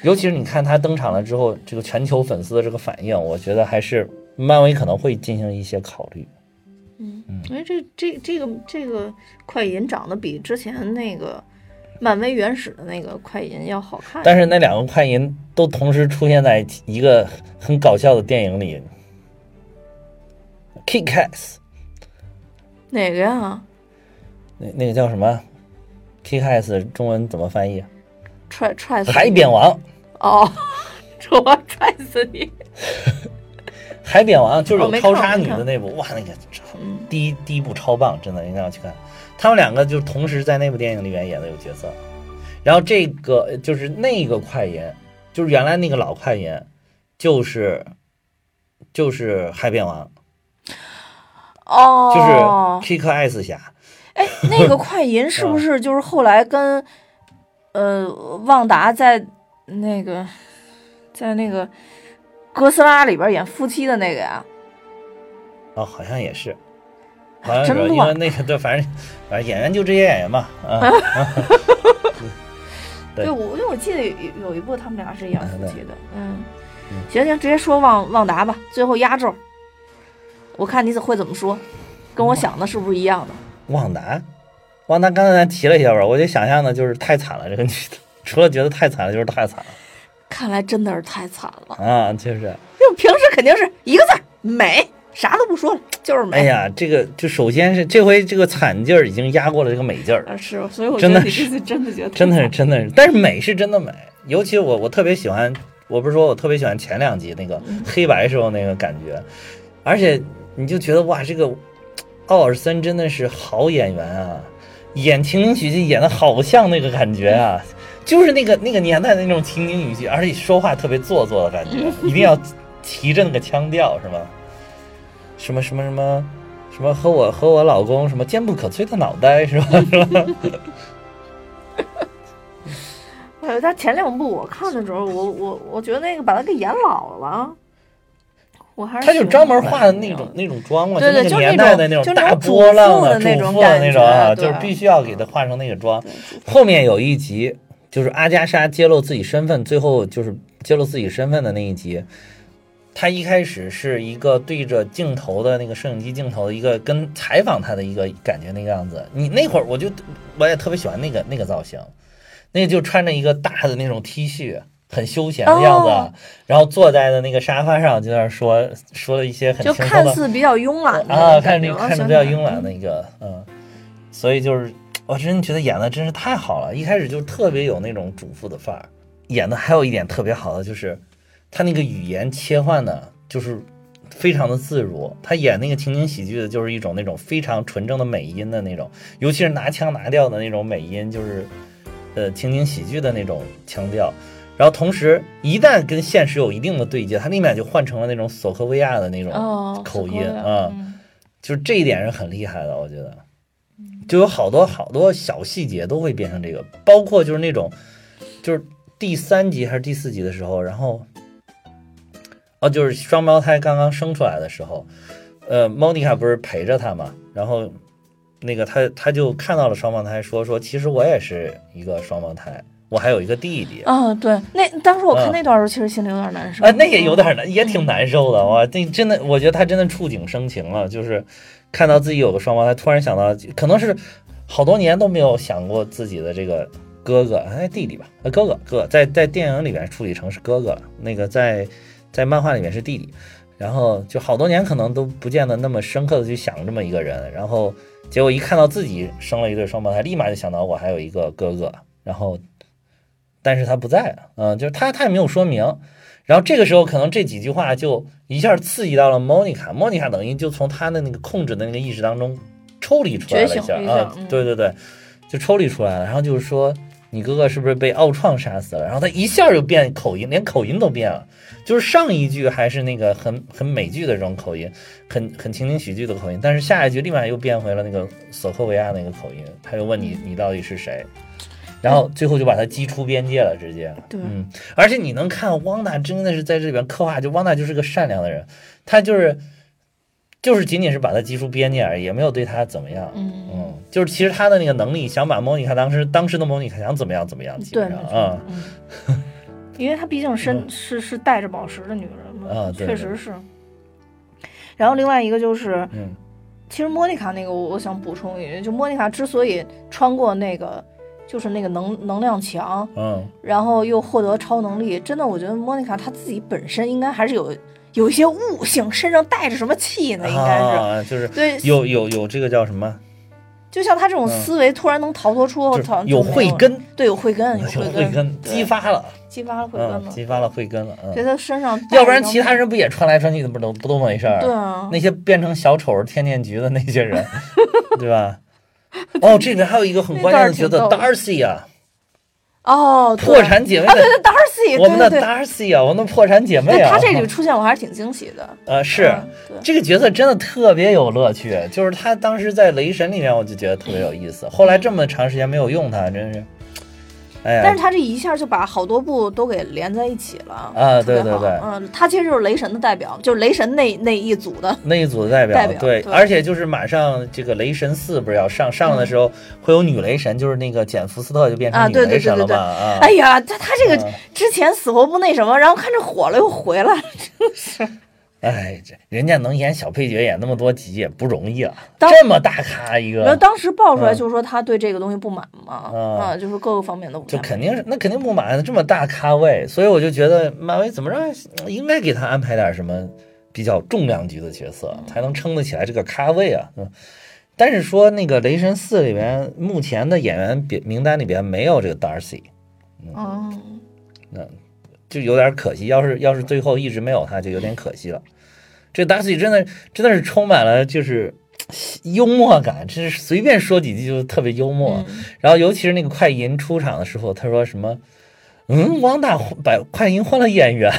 B: 尤其是你看他登场了之后，这个全球粉丝的这个反应，我觉得还是漫威可能会进行一些考虑。
A: 嗯，因为这这这个这个快银长得比之前那个漫威原始的那个快银要好看，
B: 但是那两个快银都同时出现在一个很搞笑的电影里，《Kick Ass》
A: 哪个呀？
B: 那那个叫什么？《Kick Ass》中文怎么翻译？
A: 踹踹死你
B: 海扁王，
A: 哦， 我踹死你！
B: 海扁王就是
A: 哦
B: 有
A: 没看
B: 超
A: 过
B: 杀女
A: 没看
B: 的
A: 过
B: 那部，哇，那个超
A: 嗯
B: 第一第一部超棒，真的一定要去看。他们两个就同时在那部电影里面演的有角色，然后这个就是那个快银，就是原来那个老快银，就是就是海扁王，就是
A: 哦，
B: Kick Ass 侠。
A: 哎，那个快银是不是就是后来跟呃旺达在那个在那个哥斯拉里边演夫妻的那个呀？
B: 哦，好像也是，好像是
A: 哎真
B: 因为
A: 乱
B: 那个对，反正反正演员就这些演员嘛，啊，对
A: 对，我因为我记得有有一部他们俩是演夫妻的，嗯
B: 嗯，
A: 行行，直接说旺旺达吧，最后压轴，我看你怎会怎么说，跟我想的是不是一样的？
B: 旺达，旺达刚才咱提了一下吧，我就想象的就是太惨了，这个女的， 除了觉得太惨了，就是太惨了
A: 看来真的是太惨了，
B: 啊，就是，
A: 就平时肯定是一个字儿美，啥都不说了，就是美。
B: 哎呀，这个就首先是这回这个惨劲儿已经压过了这个美劲儿，
A: 啊，是，所以我
B: 真
A: 觉
B: 的
A: 得你
B: 是
A: 这次真的觉得
B: 真的是真的是，但是美是真的美，尤其我我特别喜欢，我不是说我特别喜欢前两集那个
A: 嗯
B: 黑白时候那个感觉，而且你就觉得哇，这个奥尔森真的是好演员啊，演情景喜剧演的好像那个感觉啊，就是那个那个年代的那种情景喜剧，而且说话特别做作的感 觉，一定要提着那个腔调是吗？什么什么什么什么和我和我老公什么坚不可摧的脑袋是吧？
A: 哎，他前两部我看的时候，我我我觉得那个把他给演老了，我还是
B: 他就
A: 喜欢
B: 专门
A: 看
B: 画的
A: 那
B: 那
A: 样
B: 种那种妆嘛，
A: 对对
B: 那
A: 就
B: 个
A: 那
B: 年代
A: 种
B: 的那
A: 就那
B: 大
A: 种主
B: 波浪
A: 妇
B: 的
A: 的那
B: 主
A: 种
B: 妇的
A: 感
B: 那种啊，
A: 觉
B: 就是
A: 对
B: 必须要给他画成那个妆。
A: 对主
B: 后面有一集就是阿加莎揭露自己身份，最后就是揭露自己身份的那一集。他一开始是一个对着镜头的那个摄影机镜头的一个跟采访他的一个感觉那个样子。你那会儿我就我也特别喜欢那个那个造型，那个就穿着一个大的那种 T 恤，很休闲的样子，
A: 哦
B: 啊然后坐在的那个沙发上就在那儿说说了一些很
A: 就
B: 轻松的
A: 看似比较慵懒的
B: 啊，看
A: 感
B: 着
A: 觉
B: 那
A: 啊
B: 看着
A: 想
B: 比较
A: 起来
B: 慵懒的一个，嗯，所以就是我真觉得演的真是太好了，一开始就特别有那种主妇的范儿。演的还有一点特别好的就是，他那个语言切换的，就是非常的自如。他演那个情景喜剧的，就是一种那种非常纯正的美音的那种，尤其是拿腔拿调的那种美音，就是呃情景喜剧的那种腔调。然后同时，一旦跟现实有一定的对接，他立马就换成了那种索科维亚的那种
A: 哦
B: 口
A: 索科
B: 音
A: 维亚嗯
B: 啊、就是这一点是很厉害的，我觉得，就有好多好多小细节都会变成这个，包括就是那种，就是第三集还是第四集的时候，然后，哦，就是双胞胎刚刚生出来的时候，呃，莫妮卡不是陪着他嘛，然后那个他他就看到了双胞胎说，说其实我也是一个双胞胎，我还有一个弟弟。
A: 啊，对，那当时我看
B: 嗯
A: 那段儿的时候，其实心里有点难受
B: 啊，那也有点难，也挺难受的哇！这真的，我觉得他真的触景生情了，就是看到自己有个双胞胎，突然想到，可能是好多年都没有想过自己的这个哥哥，哎，弟弟吧，呃，哥哥，哥，在在电影里面处理成是哥哥了，那个在在漫画里面是弟弟，然后就好多年可能都不见得那么深刻的去想这么一个人，然后结果一看到自己生了一对双胞胎，立马就想到我还有一个哥哥，然后但是他不在了，嗯、就是他他也没有说明。然后这个时候，可能这几句话就一下刺激到了 Monica。Monica 等于就从他的那个控制的那个意识当中抽离出来了一
A: 觉
B: 下
A: 醒了一
B: 啊
A: 下嗯，
B: 对对对，就抽离出来了。然后就是说，你哥哥是不是被奥创杀死了？然后他一下就变口音，连口音都变了。就是上一句还是那个很很美剧的这种口音，很很情景喜剧的口音，但是下一句立马又变回了那个索科维亚那个口音。他又问你
A: 嗯
B: 你到底是谁，然后最后就把他激出边界了，直接。
A: 对
B: 嗯，而且你能看汪达真的是在这里边刻画，就汪达就是个善良的人，他就是就是仅仅是把他激出边界而已，也没有对他怎么样。
A: 嗯
B: 嗯，就是其实他的那个能力，想把莫妮卡当时当时的莫妮卡想怎么样怎么样，基
A: 对
B: 本上
A: 没错
B: 啊，
A: 嗯因为她毕竟身
B: 嗯
A: 是是带着宝石的女人嘛，
B: 啊对
A: 确实是。然后另外一个就是，
B: 嗯
A: 其实莫妮卡那个我我想补充一句，就莫妮卡之所以穿过那个就是那个能能量墙，
B: 嗯，
A: 然后又获得超能力，真的我觉得莫妮卡她自己本身应该还是有有一些悟性，身上带着什么气呢？应该是、
B: 啊、就是
A: 对，
B: 有有有这个叫什么，
A: 就像她这种
B: 嗯
A: 思维突然能逃脱出，
B: 就是
A: 逃
B: 有慧，
A: 哦就没
B: 根，
A: 对，有慧根，有
B: 有
A: 慧
B: 慧根
A: 对
B: 激发了，
A: 激发了慧根
B: 嗯，
A: 嘛，
B: 激发了慧根了，
A: 觉
B: 嗯，
A: 得身上带着
B: 要不然
A: 一
B: 其他人不也穿来穿去的不都不都没事儿？
A: 张对啊，
B: 那些变成小丑天念局的那些人， 对吧？哦，这里面还有一个很关键的角色
A: 那段儿
B: Darcy 啊，
A: 哦，对
B: 破产姐妹
A: 啊，对
B: 的，
A: 对，Darcy，
B: 我们
A: 对
B: 的
A: 对对
B: Darcy 啊，我们的破产姐妹
A: 对，
B: 啊，
A: 她这里出现我还是挺惊喜的，
B: 呃是
A: 嗯对
B: 这个角色真的特别有乐趣，就是他当时在雷神里面我就觉得特别有意思，后来这么长时间没有用他，真是，哎呀，
A: 但是他这一下就把好多部都给连在一起了
B: 啊
A: 特别
B: 对对
A: 好
B: 对
A: 嗯，他其实就是雷神的代表，就是雷神那那一组的，
B: 那一组的代表，
A: 代表
B: 对，
A: 对嗯
B: 而且就是马上这个雷神四不是要上上的时候、会有女雷神，就是那个简福斯特就变
A: 啊
B: 成女
A: 对对
B: 雷神
A: 对
B: 了
A: 对
B: 嘛，啊，
A: 哎呀，他他这个
B: 嗯
A: 之前死活不那什么，然后看这火了又回来，
B: 哎，这人家能演小配角演那么多集也不容易了，
A: 当
B: 这么大咖一
A: 然后
B: 个，
A: 当时爆出来
B: 嗯
A: 就是说他对这个东西不满嘛，
B: 嗯
A: 啊，就是各个方面都不
B: 就
A: 满
B: 肯定是那肯定不满这么大咖位，所以我就觉得漫威怎么着应该给他安排点什么比较重量级的角色，才能撑得起来这个咖位啊。嗯，但是说那个《雷神四》里边目前的演员名名单里边没有这个 Darcy，
A: 嗯，
B: 就有点可惜。要是要是最后一直没有他，就有点可惜了。这 Darcy 真的真的是充满了就是幽默感，就是随便说几句就特别幽默。
A: 嗯
B: 然后尤其是那个快银出场的时候，他说什么？嗯，汪大把快银换了演员，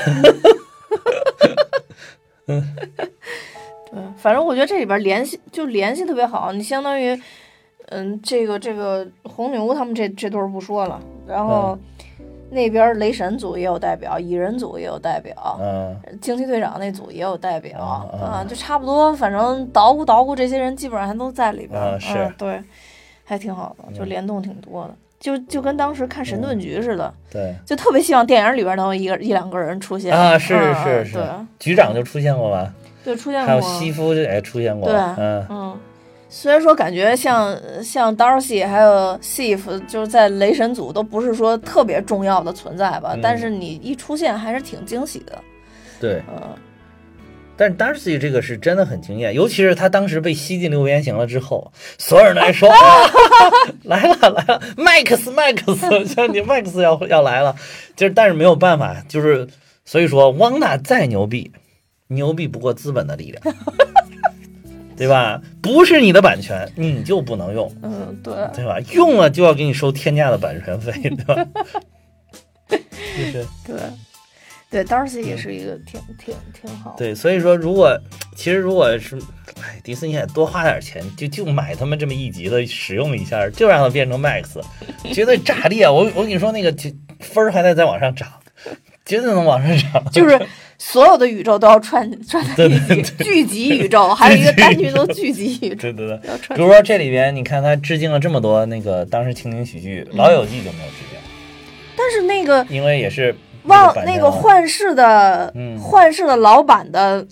A: 对，反正我觉得这里边联系就联系特别好，你相当于，嗯，这个这个红牛他们这这对儿不说了，然
B: 嗯
A: 后那边雷神组也有代表，蚁人组也有代表，
B: 嗯，
A: 惊奇队长那组也有代表
B: 啊啊
A: 啊，就差不多，反正捣鼓捣鼓这些人基本上还都在里边，
B: 啊是嗯
A: 嗯对，还挺好的，就联动挺多的，就就跟当时看神盾局似的，
B: 对
A: 就特别希望电影里边能有一个一两个人出现
B: 啊，是
A: 嗯
B: 是
A: 嗯
B: 是，局长就出现过吧？
A: 对对，出现
B: 还有
A: 过。
B: 西夫也出现过，
A: 对
B: 嗯，
A: 嗯，虽然说感觉像像 Darcy 还有 Sif 就是在雷神组都不是说特别重要的存在吧，
B: 嗯
A: 但是你一出现还是挺惊喜的。
B: 对。
A: 嗯，
B: 但是 Darcy 这个是真的很惊艳，尤其是他当时被吸进六边形了之后，所有人都在说、啊、来了来了，Max Max，像你 Max 要要来了，就是但是没有办法，就是所以说汪娜再牛逼，牛逼不过资本的力量， 对吧？不是你的版权，你就不能用，
A: 嗯，对，
B: 对吧？用了就要给你收天价的版权费， 对吧？就是。
A: 对，对，Darcy 也是一个挺挺挺好的。
B: 对，所以说，如果其实如果是，哎，迪士尼也多花点钱，就就买他们这么一集的使用一下，就让它变成 Max，绝对炸裂！我我跟你说，那个就分儿还得再往上涨，绝对能往上涨。
A: 就是所有的宇宙都要串串在一
B: 对
A: 起， 聚集宇宙，还有一个单独叫聚集宇宙，
B: 对对对，
A: 要串
B: 比。如说这里边，你看他致敬了这么多那个当时情景喜剧，
A: 嗯
B: 《老友记》就没有致敬，
A: 但是那个
B: 因为也是
A: 忘
B: 版
A: 那
B: 权
A: 个
B: 嘛
A: 幻视的、
B: 啊嗯
A: 幻视的老板的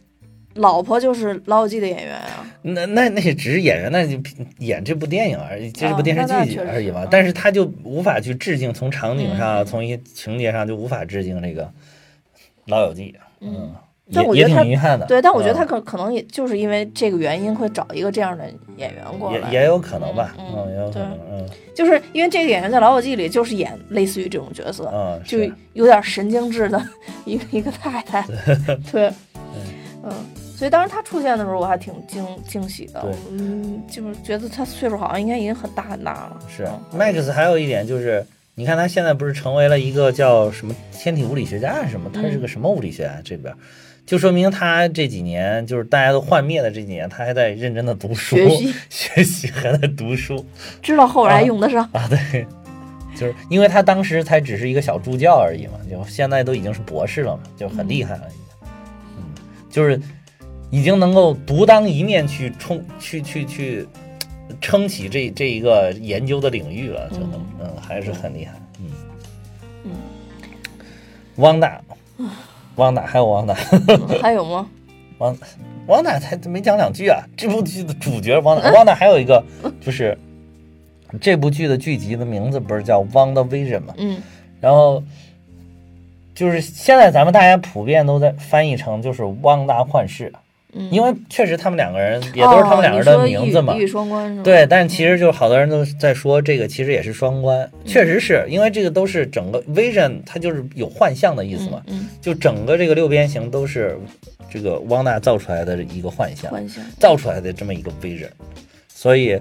A: 老婆就是《老友记》的演员啊。
B: 那那那也只是演员，那就演这部电影而已，这部电视剧而已嘛。
A: 哦啊那那确实嗯
B: 但是他就无法去致敬，从场景上啊、从一些情节上就无法致敬这个《老友记》。嗯，
A: 但我
B: 也也
A: 觉得他
B: 挺遗憾的。
A: 对，但我觉得他
B: 嗯
A: 可可能也就是因为这个原因，会找一个这样的演员过来，
B: 也也有可能吧，
A: 嗯
B: 嗯，
A: 嗯
B: 也有可能，嗯
A: 就是因为这个演员在《老友记》里就是演类似于这种角色，
B: 嗯，
A: 就是有点神经质的一个一个太 太，对，嗯。所以当时他出现的时候，我还挺惊惊喜的
B: 对，
A: 嗯，就是觉得他岁数好像应该已经很大很大了。
B: 是
A: 嗯
B: Max 还有一点就是，你看他现在不是成为了一个叫什么天体物理学家还是什么？他
A: 嗯
B: 是个什么物理学家？这边就说明他这几年就是大家都幻灭的这几年，他还在认真的读书
A: 学习，
B: 学习还在读书
A: 知道后来用得上，
B: 啊，对。就是因为他当时才只是一个小助教而已嘛，就现在都已经是博士了嘛，就很厉害了，已经，嗯，就是已经能够独当一面去冲去去去撑起这这一个研究的领域了，就能嗯还是很厉害，嗯
A: 嗯，
B: 汪大，汪大还有汪大，
A: 嗯还有吗？
B: 汪汪娜才没讲两句啊！这部剧的主角汪娜，汪娜还有 一个就是这部剧的剧集的名字不是叫《汪的 Vision》吗？
A: 嗯，
B: 然后就是现在咱们大家普遍都在翻译成就是《汪大幻视》，啊
A: 嗯
B: 因为确实他们两个人也都是他们两个人的名字嘛。
A: 哦哦你说一语一语双关是吗？
B: 对，但其实就是好多人都在说这个其实也是双关，
A: 嗯
B: 确实是因为这个都是整个 vision 它就是有幻象的意思嘛，
A: 嗯，
B: 就整个这个六边形都是这个汪娜造出来的一个幻象，
A: 幻想，
B: 造出来的这么一个 vision，所以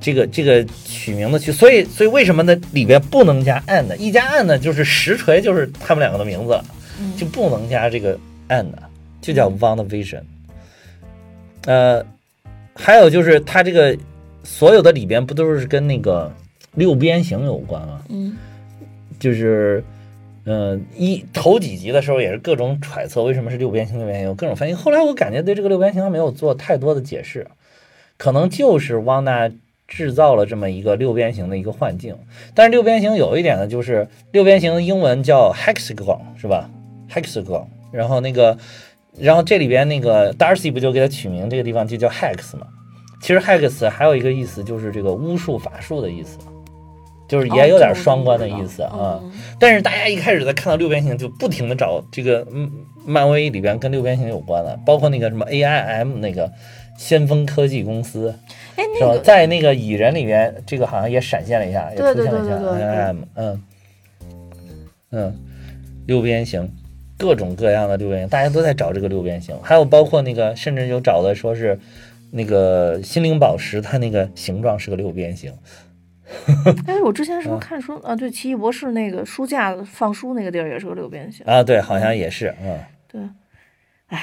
B: 这个这个取名的取，所以所以为什么呢？里边不能加 and，一加 and 就是实锤，就是他们两个的名字了，
A: 嗯
B: 就不能加这个 and，就叫 one vision。呃，还有就是它这个所有的里边不都是跟那个六边形有关吗？
A: 嗯
B: 就是，嗯、一头几集的时候也是各种揣测为什么是六边形，六边形有各种翻译。后来我感觉对这个六边形还没有做太多的解释，可能就是汪娜制造了这么一个六边形的一个幻境。但是六边形有一点呢，就是六边形的英文叫 hexagon 是吧？hexagon，然后那个，然后这里边那个 Darcy 不就给它取名这个地方就叫 hex 嘛？其实 hex 还有一个意思就是这个巫术法术的意思，就是
A: 哦
B: 也有点双关的意思啊。
A: 嗯
B: 但是大家一开始在看到六边形就不停的找这个嗯漫威里边跟六边形有关的，包括那个什么 AIM 那个先锋科技公司
A: 哎，
B: 是
A: 那
B: 吧？
A: 个
B: 在那个蚁人里边，这个好像也闪现了一下，也
A: 对
B: 出现了一
A: 对对对对
B: 下 AIM，嗯嗯，六边形。各种各样的六边形，大家都在找这个六边形，还有包括那个，甚至有找的说是那个心灵宝石，它那个形状是个六边形，
A: 哎，我之前
B: 嗯
A: 是不是看说啊？对，奇异博士那个书架放书那个地儿也是个六边形。
B: 啊，对，好像也是，嗯，
A: 对，哎，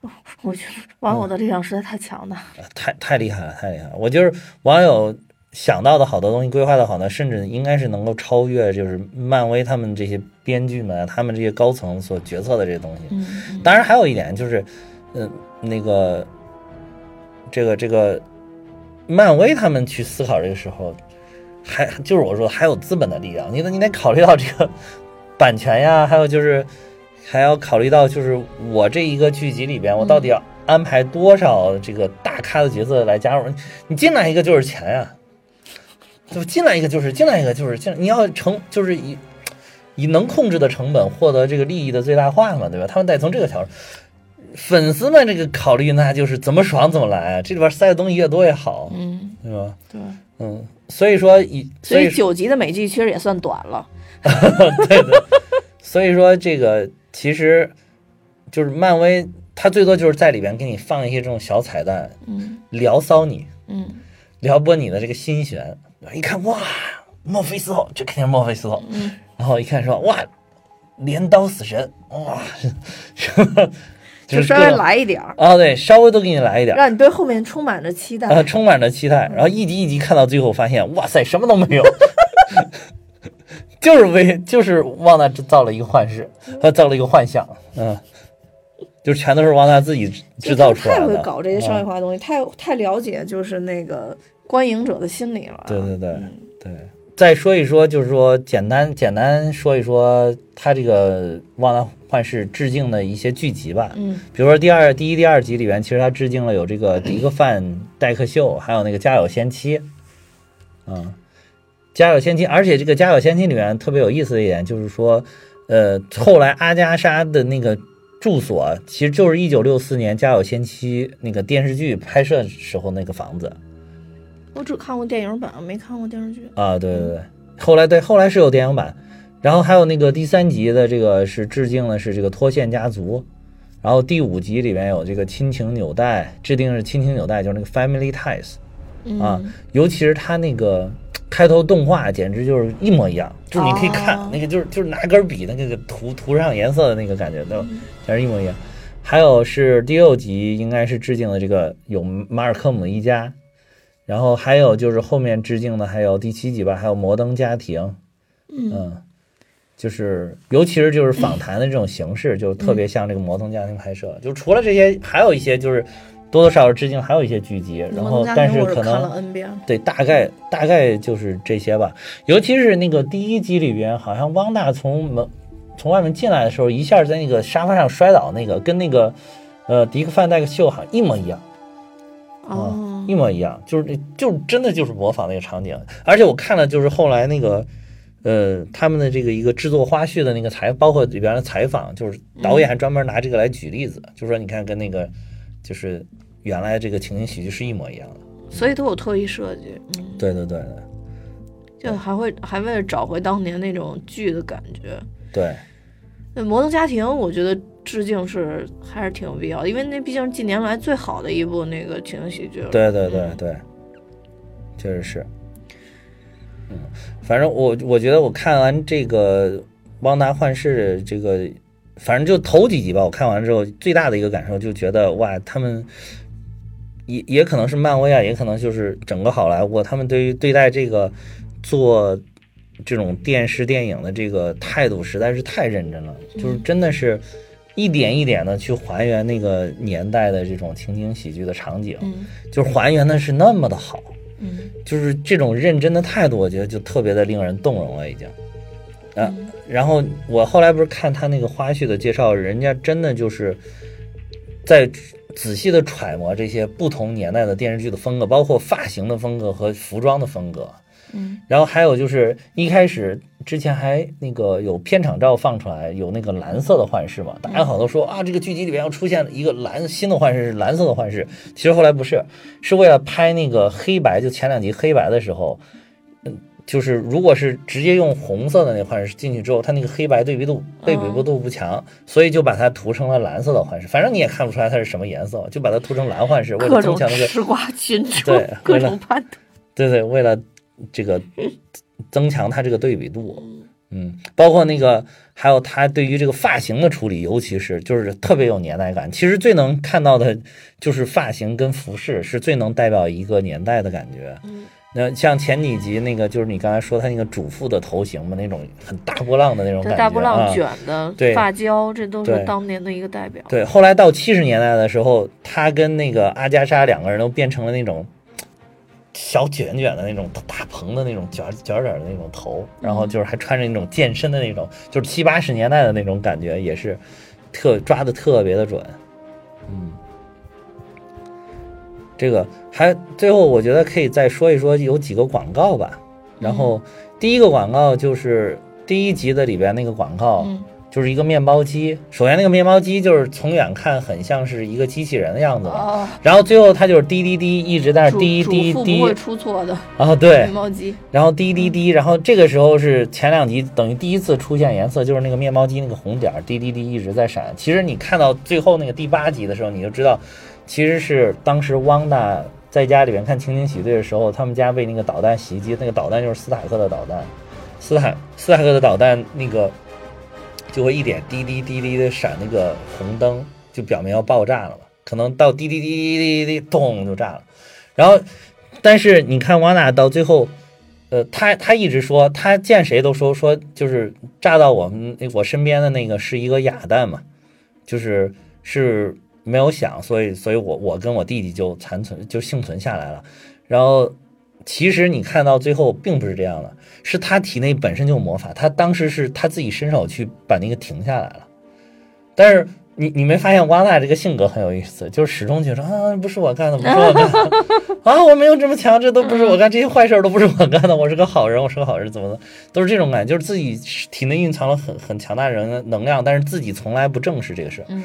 A: 我我觉得网友的力量实在太强了。
B: 太太厉害了，太厉害了！我就是网友想到的好多东西，规划的好呢，甚至应该是能够超越，就是漫威他们这些编剧们啊，他们这些高层所决策的这些东西。
A: 嗯，嗯
B: 当然还有一点就是，嗯、那个，这个这个，漫威他们去思考这个时候，还就是我说还有资本的力量，你得你得考虑到这个版权呀，还有就是还要考虑到就是我这一个剧集里边，我到底要安排多少这个大咖的角色来加入？你你进来一个就是钱呀、就进来一个就是进来一个就是进来，你要成就是以以能控制的成本获得这个利益的最大化嘛，对吧？他们得从这个角度，粉丝们这个考虑那就是怎么爽怎么来，这里边塞的东西越多越好，
A: 嗯，
B: 对吧？
A: 对。
B: 嗯，所以说以
A: 所以
B: 以说
A: 九集的美剧其实也算短了。
B: 对对，所以说这个其实就是漫威，它最多就是在里边给你放一些这种小彩蛋，
A: 嗯
B: 聊骚你，
A: 嗯
B: 撩拨你的这个心弦。一看哇，墨菲斯后，这肯定是墨菲斯后。
A: 嗯，
B: 然后一看说哇，镰刀死神，哇， 就是
A: 稍
B: 各
A: 微
B: 种
A: 来一点儿，
B: 啊，对，稍微都给你来一点儿，
A: 让你对后面充满着期待。
B: 啊，充满了期待。然后一集一集看到最后，发现哇塞，什么都没有， 就是为就是汪娜造了一个幻视，他造了一个幻象，嗯，就全都是汪娜自己制制造出来
C: 太会
B: 的。
C: 搞这些商业
B: 嗯
C: 化的东西，太太了解就是那个
A: 观影者的心理了。啊
B: 对对对
C: 嗯
B: 对。再说一说，就是说简单简单说一说他这个《旺达幻视》致敬的一些剧集吧。
A: 嗯
B: 比如说第二、第一、第二集里边，其实他致敬了有这个迪克范戴克秀，还有那个《家有仙妻》。嗯，《家有仙妻》，而且这个《家有仙妻》里面特别有意思的一点就是说，呃，后来阿加莎的那个住所其实就是一九六四年《家有仙妻》那个电视剧拍摄时候那个房子。
A: 我只看过电影版，没看过电视剧。
B: 啊，对对对，后来对后来是有电影版，然后还有那个第三集的这个是致敬的是这个脱线家族，然后第五集里面有这个亲情纽带，制定是亲情纽带，就是那个 family ties
A: 嗯
B: 啊，尤其是它那个开头动画简直就是一模一样，就是你可以看、
A: 哦
B: 那个就是就是拿根笔那个涂涂上颜色的那个感觉，对吧？简直一模一样。还有是第六集应该是致敬的这个有马尔科姆一家，然后还有就是后面致敬的还有第七集吧，还有摩登家庭，
A: 嗯
B: 嗯，就是尤其是就是访谈的这种形式，就特别像这个摩登家庭拍摄。就除了这些，还有一些就是多多少少致敬，还有一些剧集，然后但是
A: 我只
B: 可
A: 看
B: 能啊
A: 了 N 遍。
B: 对，大概大概就是这些吧。尤其是那个第一集里边，好像汪娜从门从外面进来的时候，一下在那个沙发上摔倒，那个跟那个呃迪克范戴克秀好像一模一样啊、
A: 哦，
B: 一模一样，就是那就真的就是模仿那个场景。而且我看了就是后来那个呃他们的这个一个制作花絮的那个采，包括里边的采访，就是导演还专门拿这个来举例子，就说你看跟那个就是原来这个情景喜剧是一模一样的。
A: 所以都有特意设计，嗯，
B: 对对对对
A: 就还会还为了找回当年那种剧的感觉。
B: 对。
A: 对《摩登家庭》，我觉得致敬是还是挺有必要的，因为那毕竟是近年来最好的一部那个情景喜剧了。，
B: 对对对对，确实是。嗯，反正我我觉得我看完这个《汪达幻视》这个，反正就头几集吧，我看完之后最大的一个感受就觉得哇，他们也也可能是漫威啊，也可能就是整个好莱坞啊，他们对于对待这个做这种电视电影的这个态度实在是太认真了，就是真的是。一点一点的去还原那个年代的这种情景喜剧的场景，
A: 嗯
B: 就是还原的是那么的好，
A: 嗯
B: 就是这种认真的态度，我觉得就特别的令人动容了，已经。啊，然后我后来不是看他那个花絮的介绍，人家真的就是在仔细的揣摩这些不同年代的电视剧的风格，包括发型的风格和服装的风格。
A: 嗯，
B: 然后还有就是一开始之前还那个有片场照放出来，有那个蓝色的幻视嘛，大家好多说啊，这个剧集里边要出现一个蓝新的幻视是蓝色的幻视，其实后来不是，是为了拍那个黑白，就前两集黑白的时候，嗯，就是如果是直接用红色的那款式进去之后，它那个黑白对比度对比
A: 哦
B: 度不强，所以就把它涂成了蓝色的幻视。反正你也看不出来它是什么颜色，就把它涂成蓝幻视，为
A: 各
B: 了
A: 种
B: 增强那个
A: 吃瓜群众
B: 对，
A: 各
B: 为 了
A: 种叛徒。
B: 对对，为了 这个增强它这个对比度，嗯，包括那个还有它对于这个发型的处理，尤其是就是特别有年代感。其实最能看到的就是发型跟服饰是最能代表一个年代的感觉。
A: 嗯
B: 那像前几集那个，就是你刚才说他那个主妇的头型嘛，那种很大波浪的那种感
A: 这
B: 觉
A: 大波
B: 啊
A: 浪卷的
B: 对
A: 发胶，这都是
B: 对
A: 当年的一个代表。
B: 对，后来到七十年代的时候，他跟那个阿加莎两个人都变成了那种小卷卷的那种大蓬的那种卷卷卷的那种头，然后就是还穿着那种健身的那种，就是七八十年代的那种感觉，也是特抓的特别的准。嗯，这个还最后我觉得可以再说一说有几个广告吧。然后第一个广告就是第一集的里边那个广告，
A: 嗯
B: 就是一个面包机。首先那个面包机就是从远看很像是一个机器人的样子嘛，
A: 哦，
B: 然后最后它就是滴滴滴一直在那
A: 主
B: 滴滴
A: 主妇
B: 滴
A: 不会嗯出错的，
B: 啊，对
A: 面，包机。
B: 然后滴滴滴，然后这个时候是前两集等于第一次出现颜色，就是那个面包机那个红点儿，滴滴滴一直在闪。其实你看到最后那个第八集的时候，你就知道，其实是当时汪娜在家里面看《情景喜剧》的时候，他们家被那个导弹袭击，那个导弹就是斯塔克的导弹，斯塔斯塔克的导弹那个就会一点滴滴滴滴的闪那个红灯，就表明要爆炸了嘛，可能到滴滴滴滴滴滴滴咚就炸了，然后。但是你看，汪娜到最后呃，他他一直说，他见谁都说说，就是炸到我们我身边的那个是一个哑弹嘛，就是是没有响，所以所以我我跟我弟弟就残存就幸存下来了。然后其实你看到最后并不是这样的，是他体内本身就有魔法，他当时是他自己伸手去把那个停下来了。但是你你没发现汪娜这个性格很有意思，就是始终觉得啊不是我干的，不是我 干的。啊，我没有这么强，这都不是我干，这些坏事儿都不是我干的，我是个好人，我是个好人，怎么的，都是这种感觉，就是自己体内蕴藏了很很强大人的能量，但是自己从来不正视这个事儿。
A: 嗯，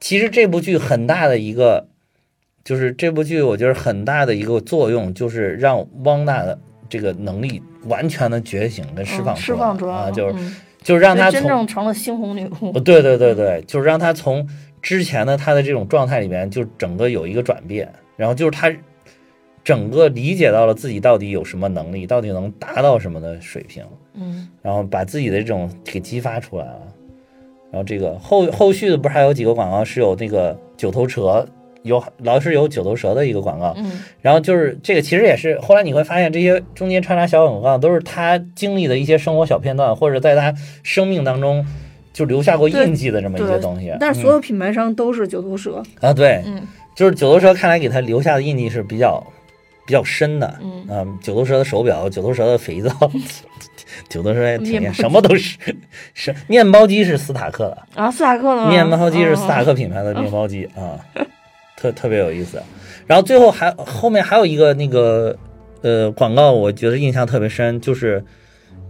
B: 其实这部剧很大的一个，就是这部剧我觉得很大的一个作用，就是让汪娜的这个能力完全的觉醒跟释放
A: 嗯释放
B: 出
A: 出
B: 来
A: 来
B: 啊，
A: 了
B: 就是
A: 嗯
B: 就是让
A: 所以
B: 她
A: 真
B: 从
A: 正成了猩红女巫
B: 呃，。对对对对，就是让他从之前的他的这种状态里面，就整个有一个转变，然后就是他整个理解到了自己到底有什么能力，到底能达到什么的水平，
A: 嗯，
B: 然后把自己的这种给激发出来了。然后这个后后续的不是还有几个广告是有那个九头蛇，有老是有九头蛇的一个广告，
A: 嗯，
B: 然后就是这个，其实也是后来你会发现，这些中间穿插小广告都是他经历的一些生活小片段，或者在他生命当中就留下过印记的这么一些东西。嗯
C: 但是所有品牌商都是九头蛇，
B: 嗯啊，对，
A: 嗯
B: 就是九头蛇看来给他留下的印记是比较比较深的。啊
A: 嗯
B: 九头蛇的手表，九头蛇的肥皂， 九头蛇也挺厉
A: 面包
B: 害
A: 机
B: 什么都是 是面包机是斯塔克的，
A: 啊，斯塔克
D: 嗯
A: 的吗
B: 面包机是斯塔
A: 克。
B: 克品牌的面包机啊，特特别有意思。然后最后还后面还有一个那个呃广告，我觉得印象特别深，就是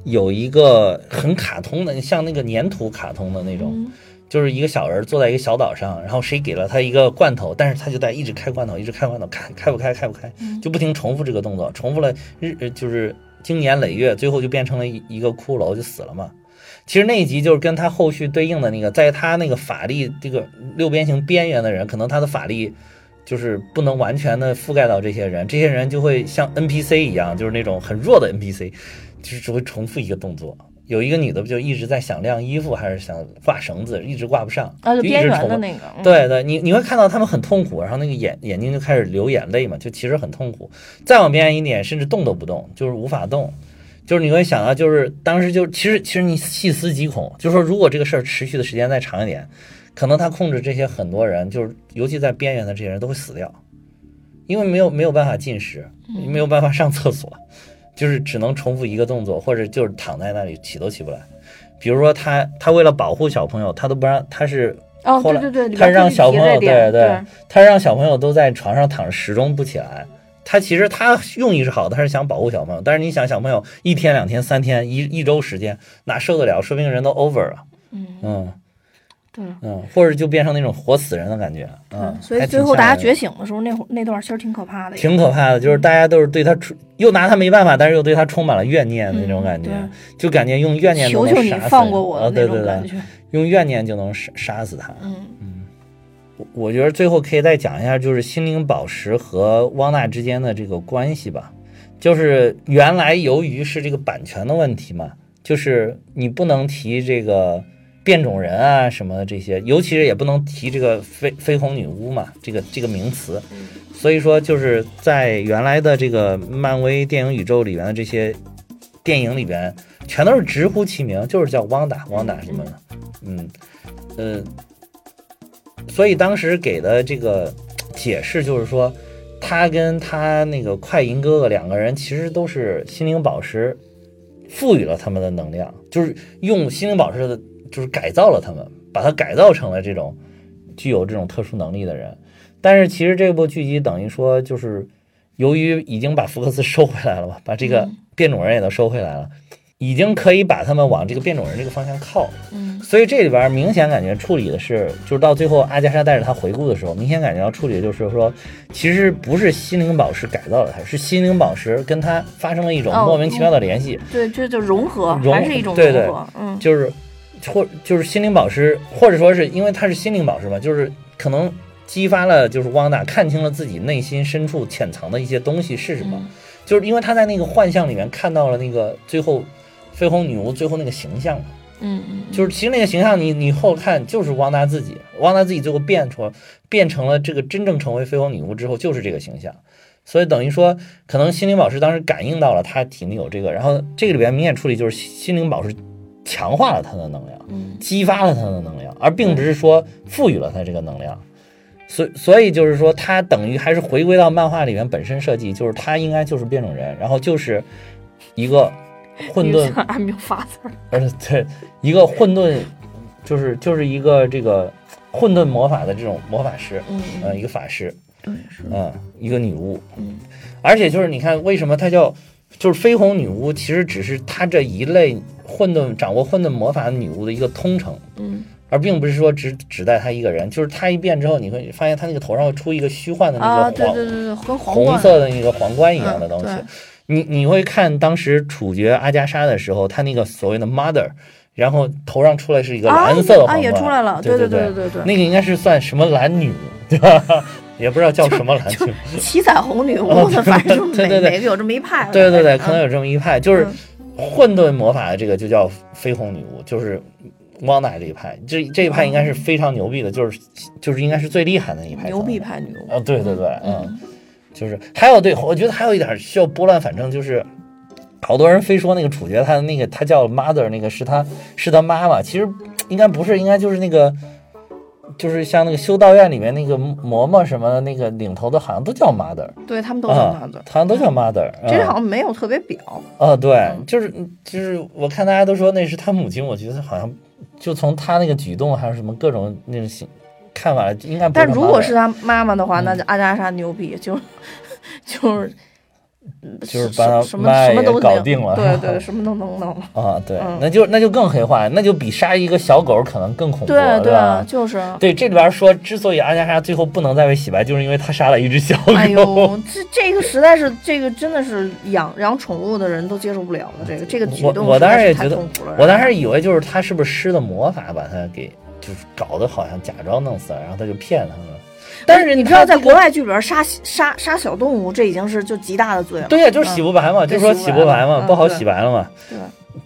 B: 有一个很卡通的，像那个粘土卡通的那种，
A: 嗯
B: 就是一个小人坐在一个小岛上，然后谁给了他一个罐头，但是他就在一直开罐头，一直开罐头，开开不开，开不开，就不停重复这个动作，重复了日呃就是经年累月，最后就变成了一一个骷髅，就死了嘛。其实那一集就是跟他后续对应的那个，在他那个法力这个六边形边缘的人，可能他的法力就是不能完全的覆盖到这些人，这些人就会像 NPC 一样，就是那种很弱的 NPC，就是只会重复一个动作。有一个女的不就一直在想晾衣服，还是想挂绳子，一直挂不上，
A: 啊，就
B: 一
A: 边
B: 直
A: 缘
B: 重
A: 的
B: 复。
A: 那个，嗯，
B: 对对，你你会看到他们很痛苦，然后那个眼眼睛就开始流眼泪嘛，就其实很痛苦。再往边缘一点，甚至动都不动，就是无法动。就是你会想到，就是当时就其实其实你细思极恐，就是说如果这个事儿持续的时间再长一点，可能他控制这些很多人，就是尤其在边缘的这些人都会死掉，因为没有没有办法进食，没有办法上厕所，就是只能重复一个动作，或者就是躺在那里起都起不来。比如说他他为了保护小朋友，他都不让他是
A: 哦，对
B: 后来
A: 对对，里
B: 他
A: 边
B: 让
A: 特地
B: 小
A: 提
B: 朋友
A: 这点
B: 对对他让小朋友都在床上躺着，始终不起来。他其实他用意是好的，他是想保护小朋友。但是你想，小朋友一天、两天、三天、一一周时间，哪受得了？说不定人都 over 了。
A: 嗯
B: 嗯，
C: 对，
B: 嗯，或者就变成那种活死人的感觉，嗯，
A: 所以
B: 还挺
A: 最后大
B: 吓
A: 家
B: 人
A: 觉醒的时候，那会儿那段其实挺可怕的，
B: 挺可怕的，就是大家都是对他充，又拿他没办法，但是又对他充满了怨念那种感觉，
A: 嗯
B: 就感觉用怨念都
A: 求
B: 能
A: 求你
B: 杀死
A: 放
B: 人
A: 过我
B: 啊
A: 的
B: 对
A: 那种
B: 对
A: 感
B: 对，
A: 觉。
B: 用怨念就能杀杀死他。
A: 嗯
B: 我我觉得最后可以再讲一下，就是心灵宝石和汪娜之间的这个关系吧。就是原来由于是这个版权的问题嘛，就是你不能提这个变种人啊什么的这些，尤其是也不能提这个绯绯红女巫嘛，这个这个名词。所以说，就是在原来的这个漫威电影宇宙里边的这些电影里边，全都是直呼其名，就是叫汪达、汪达什么的。嗯，呃，所以当时给的这个解释就是说，他跟他那个快银哥哥两个人其实都是心灵宝石赋予了他们的能量，就是用心灵宝石的，就是改造了他们，把他改造成了这种具有这种特殊能力的人。但是其实这部剧集等于说就是，由于已经把福克斯收回来了嘛，把这个
A: 嗯
B: 变种人也都收回来了，已经可以把他们往这个变种人这个方向靠。
A: 嗯
B: 所以这里边儿明显感觉处理的是，就是到最后阿加莎带着他回顾的时候，明显感觉到处理的就是说，其实不是心灵宝石改造了他，是心灵宝石跟他发生了一种
A: 哦
B: 莫名其妙的联系，
A: 对，这就融合，
B: 融
A: 还是一种
B: 对
A: 融
B: 对
A: 合。嗯
B: 就是或就是心灵宝石，或者说是因为他是心灵宝石嘛，就是可能激发了就是汪达看清了自己内心深处潜藏的一些东西是什么，
A: 嗯
B: 就是因为他在那个幻象里面看到了那个最后绯红女巫最后那个形象嘛。
A: 嗯嗯，
B: 就是其实那个形象你，你后看就是汪达自己，汪达自己最后变出变成了这个真正成为绯红女巫之后，就是这个形象。所以等于说，可能心灵宝石当时感应到了他体内有这个，然后这个里边明显处理就是心灵宝石强化了他的能量，
A: 嗯
B: 激发了他的能量，而并不是说赋予了他这个能量。所以所以就是说，他等于还是回归到漫画里面本身设计，就是他应该就是变种人，然后就是一个混沌
A: 按没有法子 儿。
B: 而且对一个混沌，就是就是一个这个混沌魔法的这种魔法师，
A: 嗯
B: 嗯、一个法师，
A: 对是
B: 嗯、一个女巫，
A: 嗯
B: 而且就是你看，为什么她叫就是绯红女巫，其实只是她这一类混沌掌握混沌魔法的女巫的一个通称，
A: 嗯
B: 而并不是说只只带她一个人，就是她一变之后，你会发现她那个头上会出一个虚幻的
A: 啊，
B: 那个
A: 对
B: 黄、
A: 对对对，跟皇
B: 红
A: 冠
B: 色的那个皇冠一样的
A: 嗯
B: 东西。
A: 对
B: 你你会看当时处决阿加莎的时候，她那个所谓的 mother，然后头上出来是一个蓝色
A: 啊
B: 的皇冠，
A: 也啊也出来了，
B: 对
A: 对
B: 对
A: 对对对
B: 那个应该是算什么蓝女， 对吧？也不知道叫什么蓝女。
A: 七彩红女巫的，反正
B: 哦对
A: 每
B: 对对
A: 每个有这么一派了。
B: 对对对，
A: 反正
B: 可能有这么一派，就是
A: 嗯
B: 混沌魔法的这个就叫绯红女巫，就是汪娜这一派，这这一派应该是非常牛逼的，就是就是应该是最厉害的那一
A: 嗯
B: 派，
A: 牛逼派女巫。
B: 啊，对对对，嗯
A: 嗯，
B: 就是还有对，我觉得还有一点需要拨乱反正，就是好多人非说那个主角他的那个他叫 mother 那个是他是他妈妈，其实应该不是，应该就是那个就是像那个修道院里面那个嬷嬷什么的那个领头的，好像都叫 mother
A: 对他们都叫
B: 啊
A: 妈子，，
B: 好像都叫 mother，
A: 这人
B: 嗯
A: 好嗯像没有特别表。
B: 哦，对，就是就是，我看大家都说那是他母亲，我觉得好像就从他那个举动还有什么各种那种行看法，应该不
A: 但
B: 他
A: 如
B: 妈
A: 果
B: 的
A: 是他妈妈的话，
B: 嗯
A: 那就阿加莎牛逼，就就是
B: 就是
A: 什
B: 把他
A: 什么
B: 妈
A: 什么
B: 也
A: 都
B: 搞
A: 能
B: 定了
A: 对 对，什么都能弄。
B: 啊，对，
A: 嗯
B: 那就那就更黑化，那就比杀一个小狗可能更恐怖，
A: 对
B: 对
A: 啊
B: 吧？
A: 就是。
B: 对，这里边说，之所以阿加莎最后不能再被洗白，就是因为她杀了一只小狗。
A: 哎呦，这这个实在是，这个真的是养养宠物的人都接受不了的，这个这个举
B: 我
A: 动
B: 我当
A: 实在
B: 时
A: 是
B: 也
A: 太
B: 觉得
A: 痛苦了
B: 我当时以为就是她是不是施的魔法把她给就是搞得好像假装弄死了，然后她就骗他们。但是
A: 你知道，在国外剧里边杀杀杀小动物，这已经是就极大的罪了。
B: 对呀、就是洗不白嘛，
A: 嗯
B: 就是说洗不白嘛，
A: 嗯
B: 不好洗白了嘛。
A: 对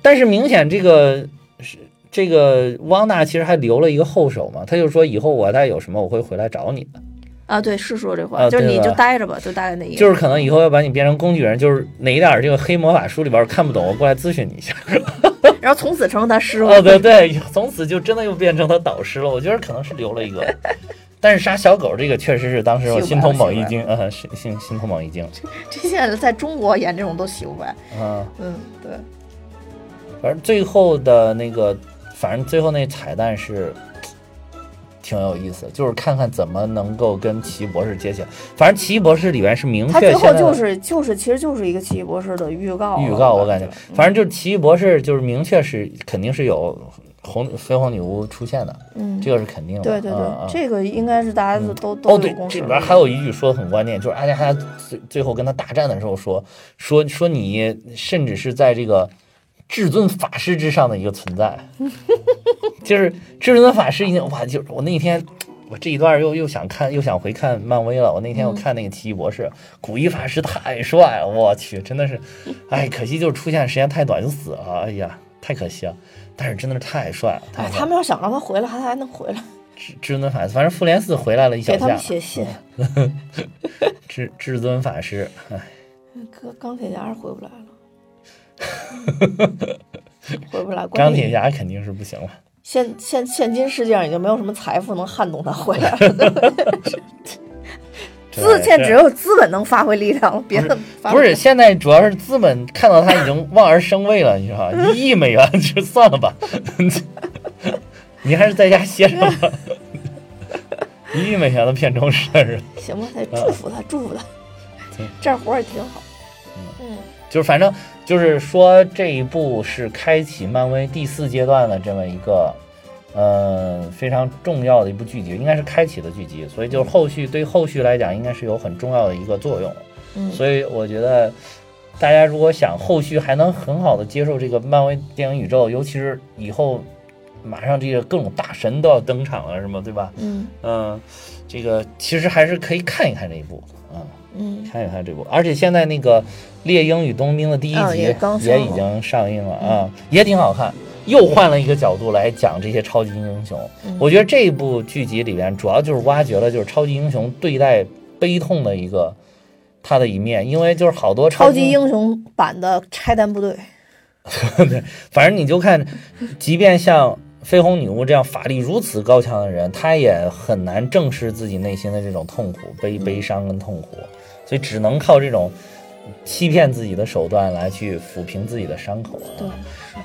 B: 但是明显这个是这个汪娜其实还留了一个后手嘛，她就说以后我再有什么我会回来找你的，
A: 啊，对，是说这话，
B: 啊
A: 就是
B: 对
A: 你
B: 吧
A: 就待着吧，就大概那意思。
B: 就是可能以后要把你变成工具人，就是哪一点儿这个黑魔法书里边儿看不懂，我过来咨询你 一下。
A: 然后从此成为他师傅。
B: 哦，对对， 从此就真的又变成他导师了。我觉得可能是留了一个， 但是杀小狗这个确实是当时我心头猛一 惊，呃，心心心头猛一惊，
A: 这现在在中国演这种都洗不白。
B: 嗯，
A: 嗯，对，
B: 反正最后的那个，反正最后那彩蛋是。挺有意思，就是看看怎么能够跟奇异博士接起来。反正奇异博士里面是明确
A: 他最后
B: 现在的
A: 就是就是其实就是一个奇异博士的预告了。
B: 预告，我感觉
A: 嗯，
B: 反正就是奇异博士就是明确是肯定是有红绯红女巫出现的，
A: 嗯，
B: 这个是肯定的。
A: 对对对，
B: 啊啊
A: 这个应该是大家都、
B: 嗯
A: 都
B: 哦，
A: 都有
B: 对，
A: 共识
B: 这
A: 的。
B: 里边还有一句说的很关键，就是阿加莎最最后跟他大战的时候说说说你甚至是在这个至尊法师之上的一个存 在，就是至尊法师已经哇，就是我那天。我这一段又又想看，又想回看漫威了。我那天
A: 嗯
B: 我看那个奇异博士，古一法师太帅了，我去，真的是，哎，可惜就是出现时间太短就死了，哎呀，太可惜了。但是真的是太帅了，太
A: 哎，
B: 帅
A: 他
B: 了。
A: 们要想让他回来，他还能回来，
B: 至至尊法师，反正复联四回来了一小
A: 给他
B: 下
A: 们，写信。
B: 至至尊法师，嗯
A: 钢钢铁侠是回不来了， 回不来。关键
B: 钢铁侠肯定是不行了。
A: 现现现今世界上已经没有什么财富能撼动他回 来了。
B: 这
C: 资现在只
B: 这
C: 有资本能发挥力量了，别的发
B: 不是现在主要是资本看到他已经望而生畏了，你知道吧？一亿美元 就算了吧，你还是在家歇着吧。一亿美元的片酬是
A: 行吧，
B: 嗯
A: 得祝福他，祝福他
B: 对，
A: 这样活儿也挺好。嗯，
B: 就是反正就是说这一部是开启漫威第四阶段的这么一个，呃，非常重要的一部剧集，应该是开启的剧集，所以就是后续对后续来讲应该是有很重要的一个作用。
A: 嗯
B: 所以我觉得大家如果想后续还能很好的接受这个漫威电影宇宙，尤其是以后马上这个各种大神都要登场了，是吗？对吧？
A: 嗯
B: 嗯，这个其实还是可以看一看这一部，嗯。
A: 嗯，
B: 看一看这部，而且现在那个《猎鹰与冬兵》的第一
A: 哦
B: 集
A: 也刚上嗯
B: 也已经上映了啊，也挺好看，又换了一个角度来讲这些超级英雄。
A: 嗯
B: 我觉得这部剧集里边主要就是挖掘了就是超级英雄对待悲痛的一个他的一面，因为就是好多
A: 超
B: 级
A: 级英雄版的拆弹部队，
B: 反正你就看，即便像绯红女巫这样法力如此高强的人，她也很难正视自己内心的这种痛苦、悲
A: 嗯
B: 悲伤跟痛苦，所以只能靠这种欺骗自己的手段来去抚平自己的伤口。
A: 对，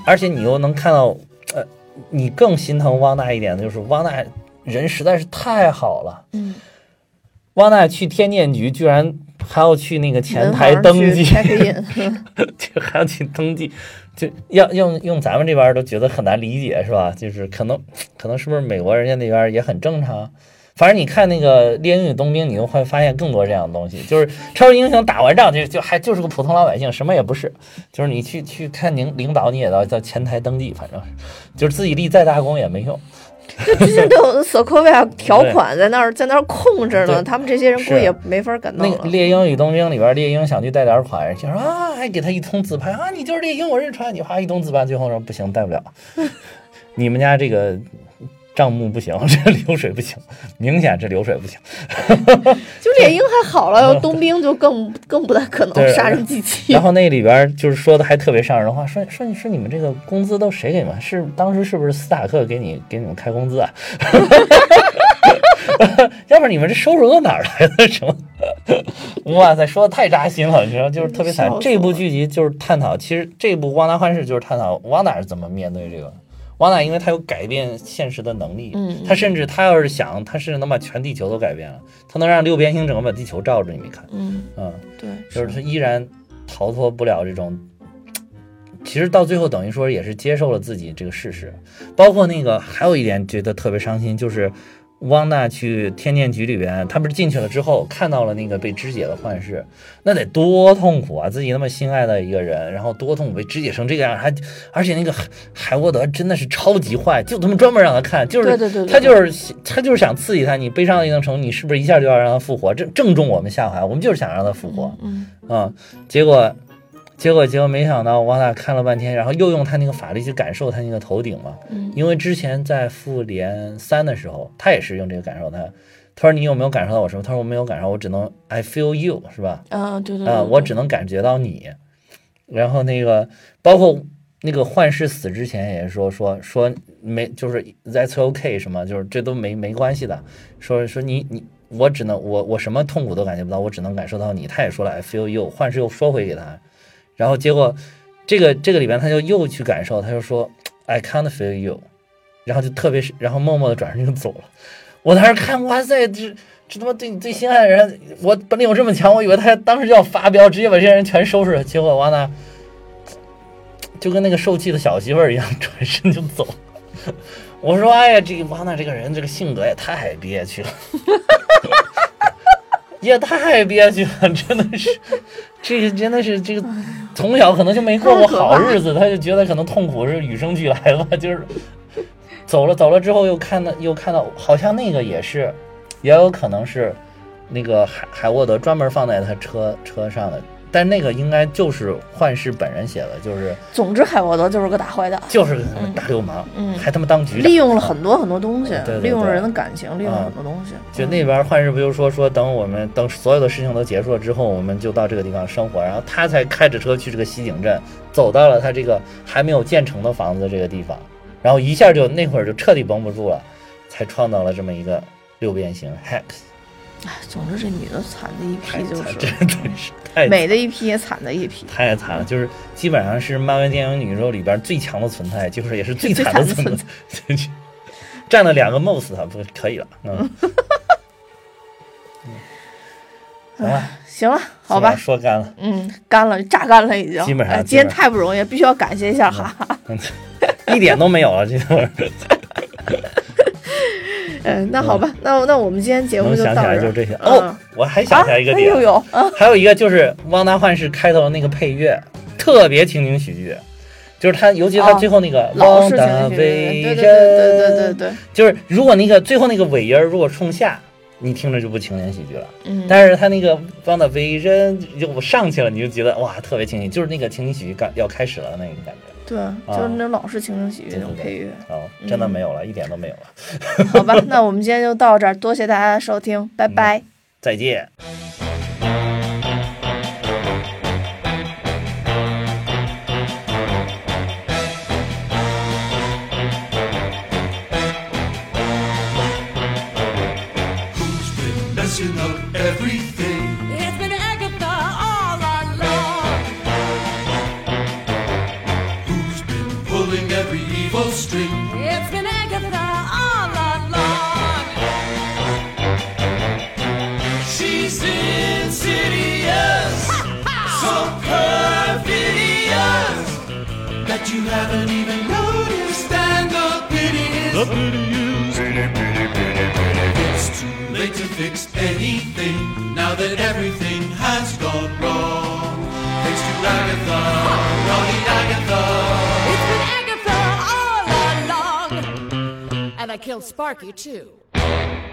B: 而且你又能看到，呃，你更心疼汪娜一点的就是汪娜人实在是太好了。
A: 嗯，
B: 汪娜去天电局居然还要去那个前台
A: 门
B: 登
A: 房去
B: 记，
A: check in，
B: 这还要去登记，就要用用咱们这边儿都觉得很难理解是吧？就是可能可能是不是美国人家那边儿也很正常？反正你看那个《猎鹰与冬兵》，你就会发现更多这样的东西，就是超级英雄打完仗就就还就是个普通老百姓，什么也不是。就是你去去看领领导，你也要到前台登记，反正是就是自己立再大功也没用。
C: 就之前都有索科 维亚条款在那儿在那儿控制
B: 对
C: 呢，他们这些人估
B: 是
C: 计也没法敢弄
B: 那个《
C: 了。
B: 猎鹰与冬兵》里边，猎鹰想去贷点款，就说啊，还给他一通自拍啊，你就是猎鹰，我认出来你，啪一通自拍，最后说不行，贷不了， 你们家这个账目不行， 这流水不行，明显这流水不行。
C: 就猎鹰还好了，要冬兵就更更不太可能
B: 对
C: 杀人机器
B: 然。后那里边就是说的还特别上人话，说说你说你们这个工资都谁给你们？是当时是不是斯塔克给你给你们开工资啊？ 要不然你们这收入都哪儿来的？什么？哇塞，说的太扎心了，你知道，就是特别惨
C: 笑死。我
B: 这部剧集就是探讨，其实这部《汪达幻视》就是探讨汪达是怎么面对这个。汪达因为他有改变现实的能力，
A: 嗯
B: 他甚至他要是想，他甚至能把全地球都改变了，他能让六边形整个把地球罩着，你没看？
A: 嗯，
B: 嗯，
A: 对，
B: 就是他依然逃脱不了这种。其实到最后，等于说也是接受了自己这个事实。包括那个，还有一点觉得特别伤心，就是汪娜去天电局里边，她不是进去了之后看到了那个被肢解的幻视，那得多痛苦啊！自己那么心爱的一个人，然后多痛苦被肢解成这个样，还而且那个海海沃德真的是超级坏，就他妈专门让他看，就是
A: 对对对对
B: 他就是他就是想刺激他，你悲伤到一定程度，你是不是一下就要让他复活？正正中我们下怀，我们就是想让他复活。
A: 嗯，
B: 嗯，结果，结果，结果没想到，汪娜看了半天，然后又用他那个法力去感受他那个头顶嘛，
A: 嗯
B: 因为之前在复联三的时候，他也是用这个感受他，他说你有没有感受到我什么？他说我没有感受，我只能 I feel you 是吧？
A: 啊，对对对
B: 啊、，
A: 对
B: 我只能感觉到你。然后那个包括那个幻视死之前也说说说没，就是 that's okay 什么，就是这都没没关系的。说说你你我只能我我什么痛苦都感觉不到，我只能感受到你。他也说了 I feel you，幻视又说回给他，然后结果这个这个里边他就又去感受，他就说 I can't feel you，然后就特别是然后默默的转身就走了。我当时看，哇塞，这这他妈对你最心爱的人，我本领有这么强，我以为他当时就要发飙，直接把这些人全收拾了，结果完了，就跟那个受气的小媳妇儿一样，转身就走。 我说，哎呀，这个汪娜这个人，这个性格也太憋屈了， 也太憋屈了，真的是，这个真的是这个，从小可能就没过过好日子，他就觉得可能痛苦是与生俱来吧， 就是走了走了之后又看到又看到，好像那个也是，也有可能是那个海海沃德专门放在他车车上的。但那个应该就是幻视本人写的，就是
A: 总之，海沃德就是个大坏蛋。
B: 就是个大流氓，
A: 嗯
B: 还他妈当局长
C: 利，用了很多很多东西
B: 对对，啊对
C: 利用了人的感情，利用了很多东西。
B: 就那边幻视不就说说等我们等所有的事情都结束了之后，我们就到这个地方生活，然后他才开着车去这个西井镇，走到了他这个还没有建成的房子这个地方，然后一下就那会儿就彻底绷不住了，才创造了这么一个六边形 hex，
C: 哎总之这女的惨的一
B: 太
C: 批就
B: 惨，
C: 是
B: 真的是太
C: 美的一批，也惨的一批。
B: 太惨了，就是基本上是漫威电影宇宙里边最强的存在，就是也是最惨的存在，占了两个 most，不可以了，嗯。嗯行了，
C: 行了，好吧，
B: 说干了，
C: 嗯，干了，榨干了已经。
B: 基本上
C: 哎，今天
B: 基本上
C: 太不容易，必须要感谢一下哈哈。
B: 一点都没有了，这会儿
C: 嗯，那好吧，那那我们今天节目
B: 能
C: 就
B: 想
C: 到
B: 起
C: 这
B: 来
C: 儿。
B: 就这些。
C: 嗯哎
B: 哦，我还想起来一个
A: 那
B: 点
A: 又，有啊，
B: 还有一个就是《汪达幻视》开头的那个配乐，特别情景喜剧，就是他，尤其他
A: 哦
B: 最后那个
C: 老
B: 汪
C: 式情
B: 达
C: 景喜剧，对
B: 威
C: 对对
B: 震，
C: 对对对对，
B: 就是如果那个最后那个尾音儿如果冲下，你听着就不情景喜剧了。
A: 嗯
B: 但是他那个帮的微扔就上去了，你就觉得哇，特别情景，就是那个情景喜剧刚要开始了那个感觉。
C: 对，就是那种老式情景喜剧那种配乐。嗯
B: 哦，真的没有了，一点都没有了。
C: 好吧，那我们今天就到这儿，多谢大家的收听，拜拜。
B: 再见。
E: Who's been messing up everything?
D: It's been Agatha all along.
E: Who's been pulling every evil string?
D: It's been Agatha all along.
E: She's insidious, so perfidious that you haven't even noticed. And the pity is, the pity is, it's too late to fix anything now that everything has gone wrong. Thanks to Agatha, naughty Agatha.
D: It's been Agatha all along. And I killed Sparky too.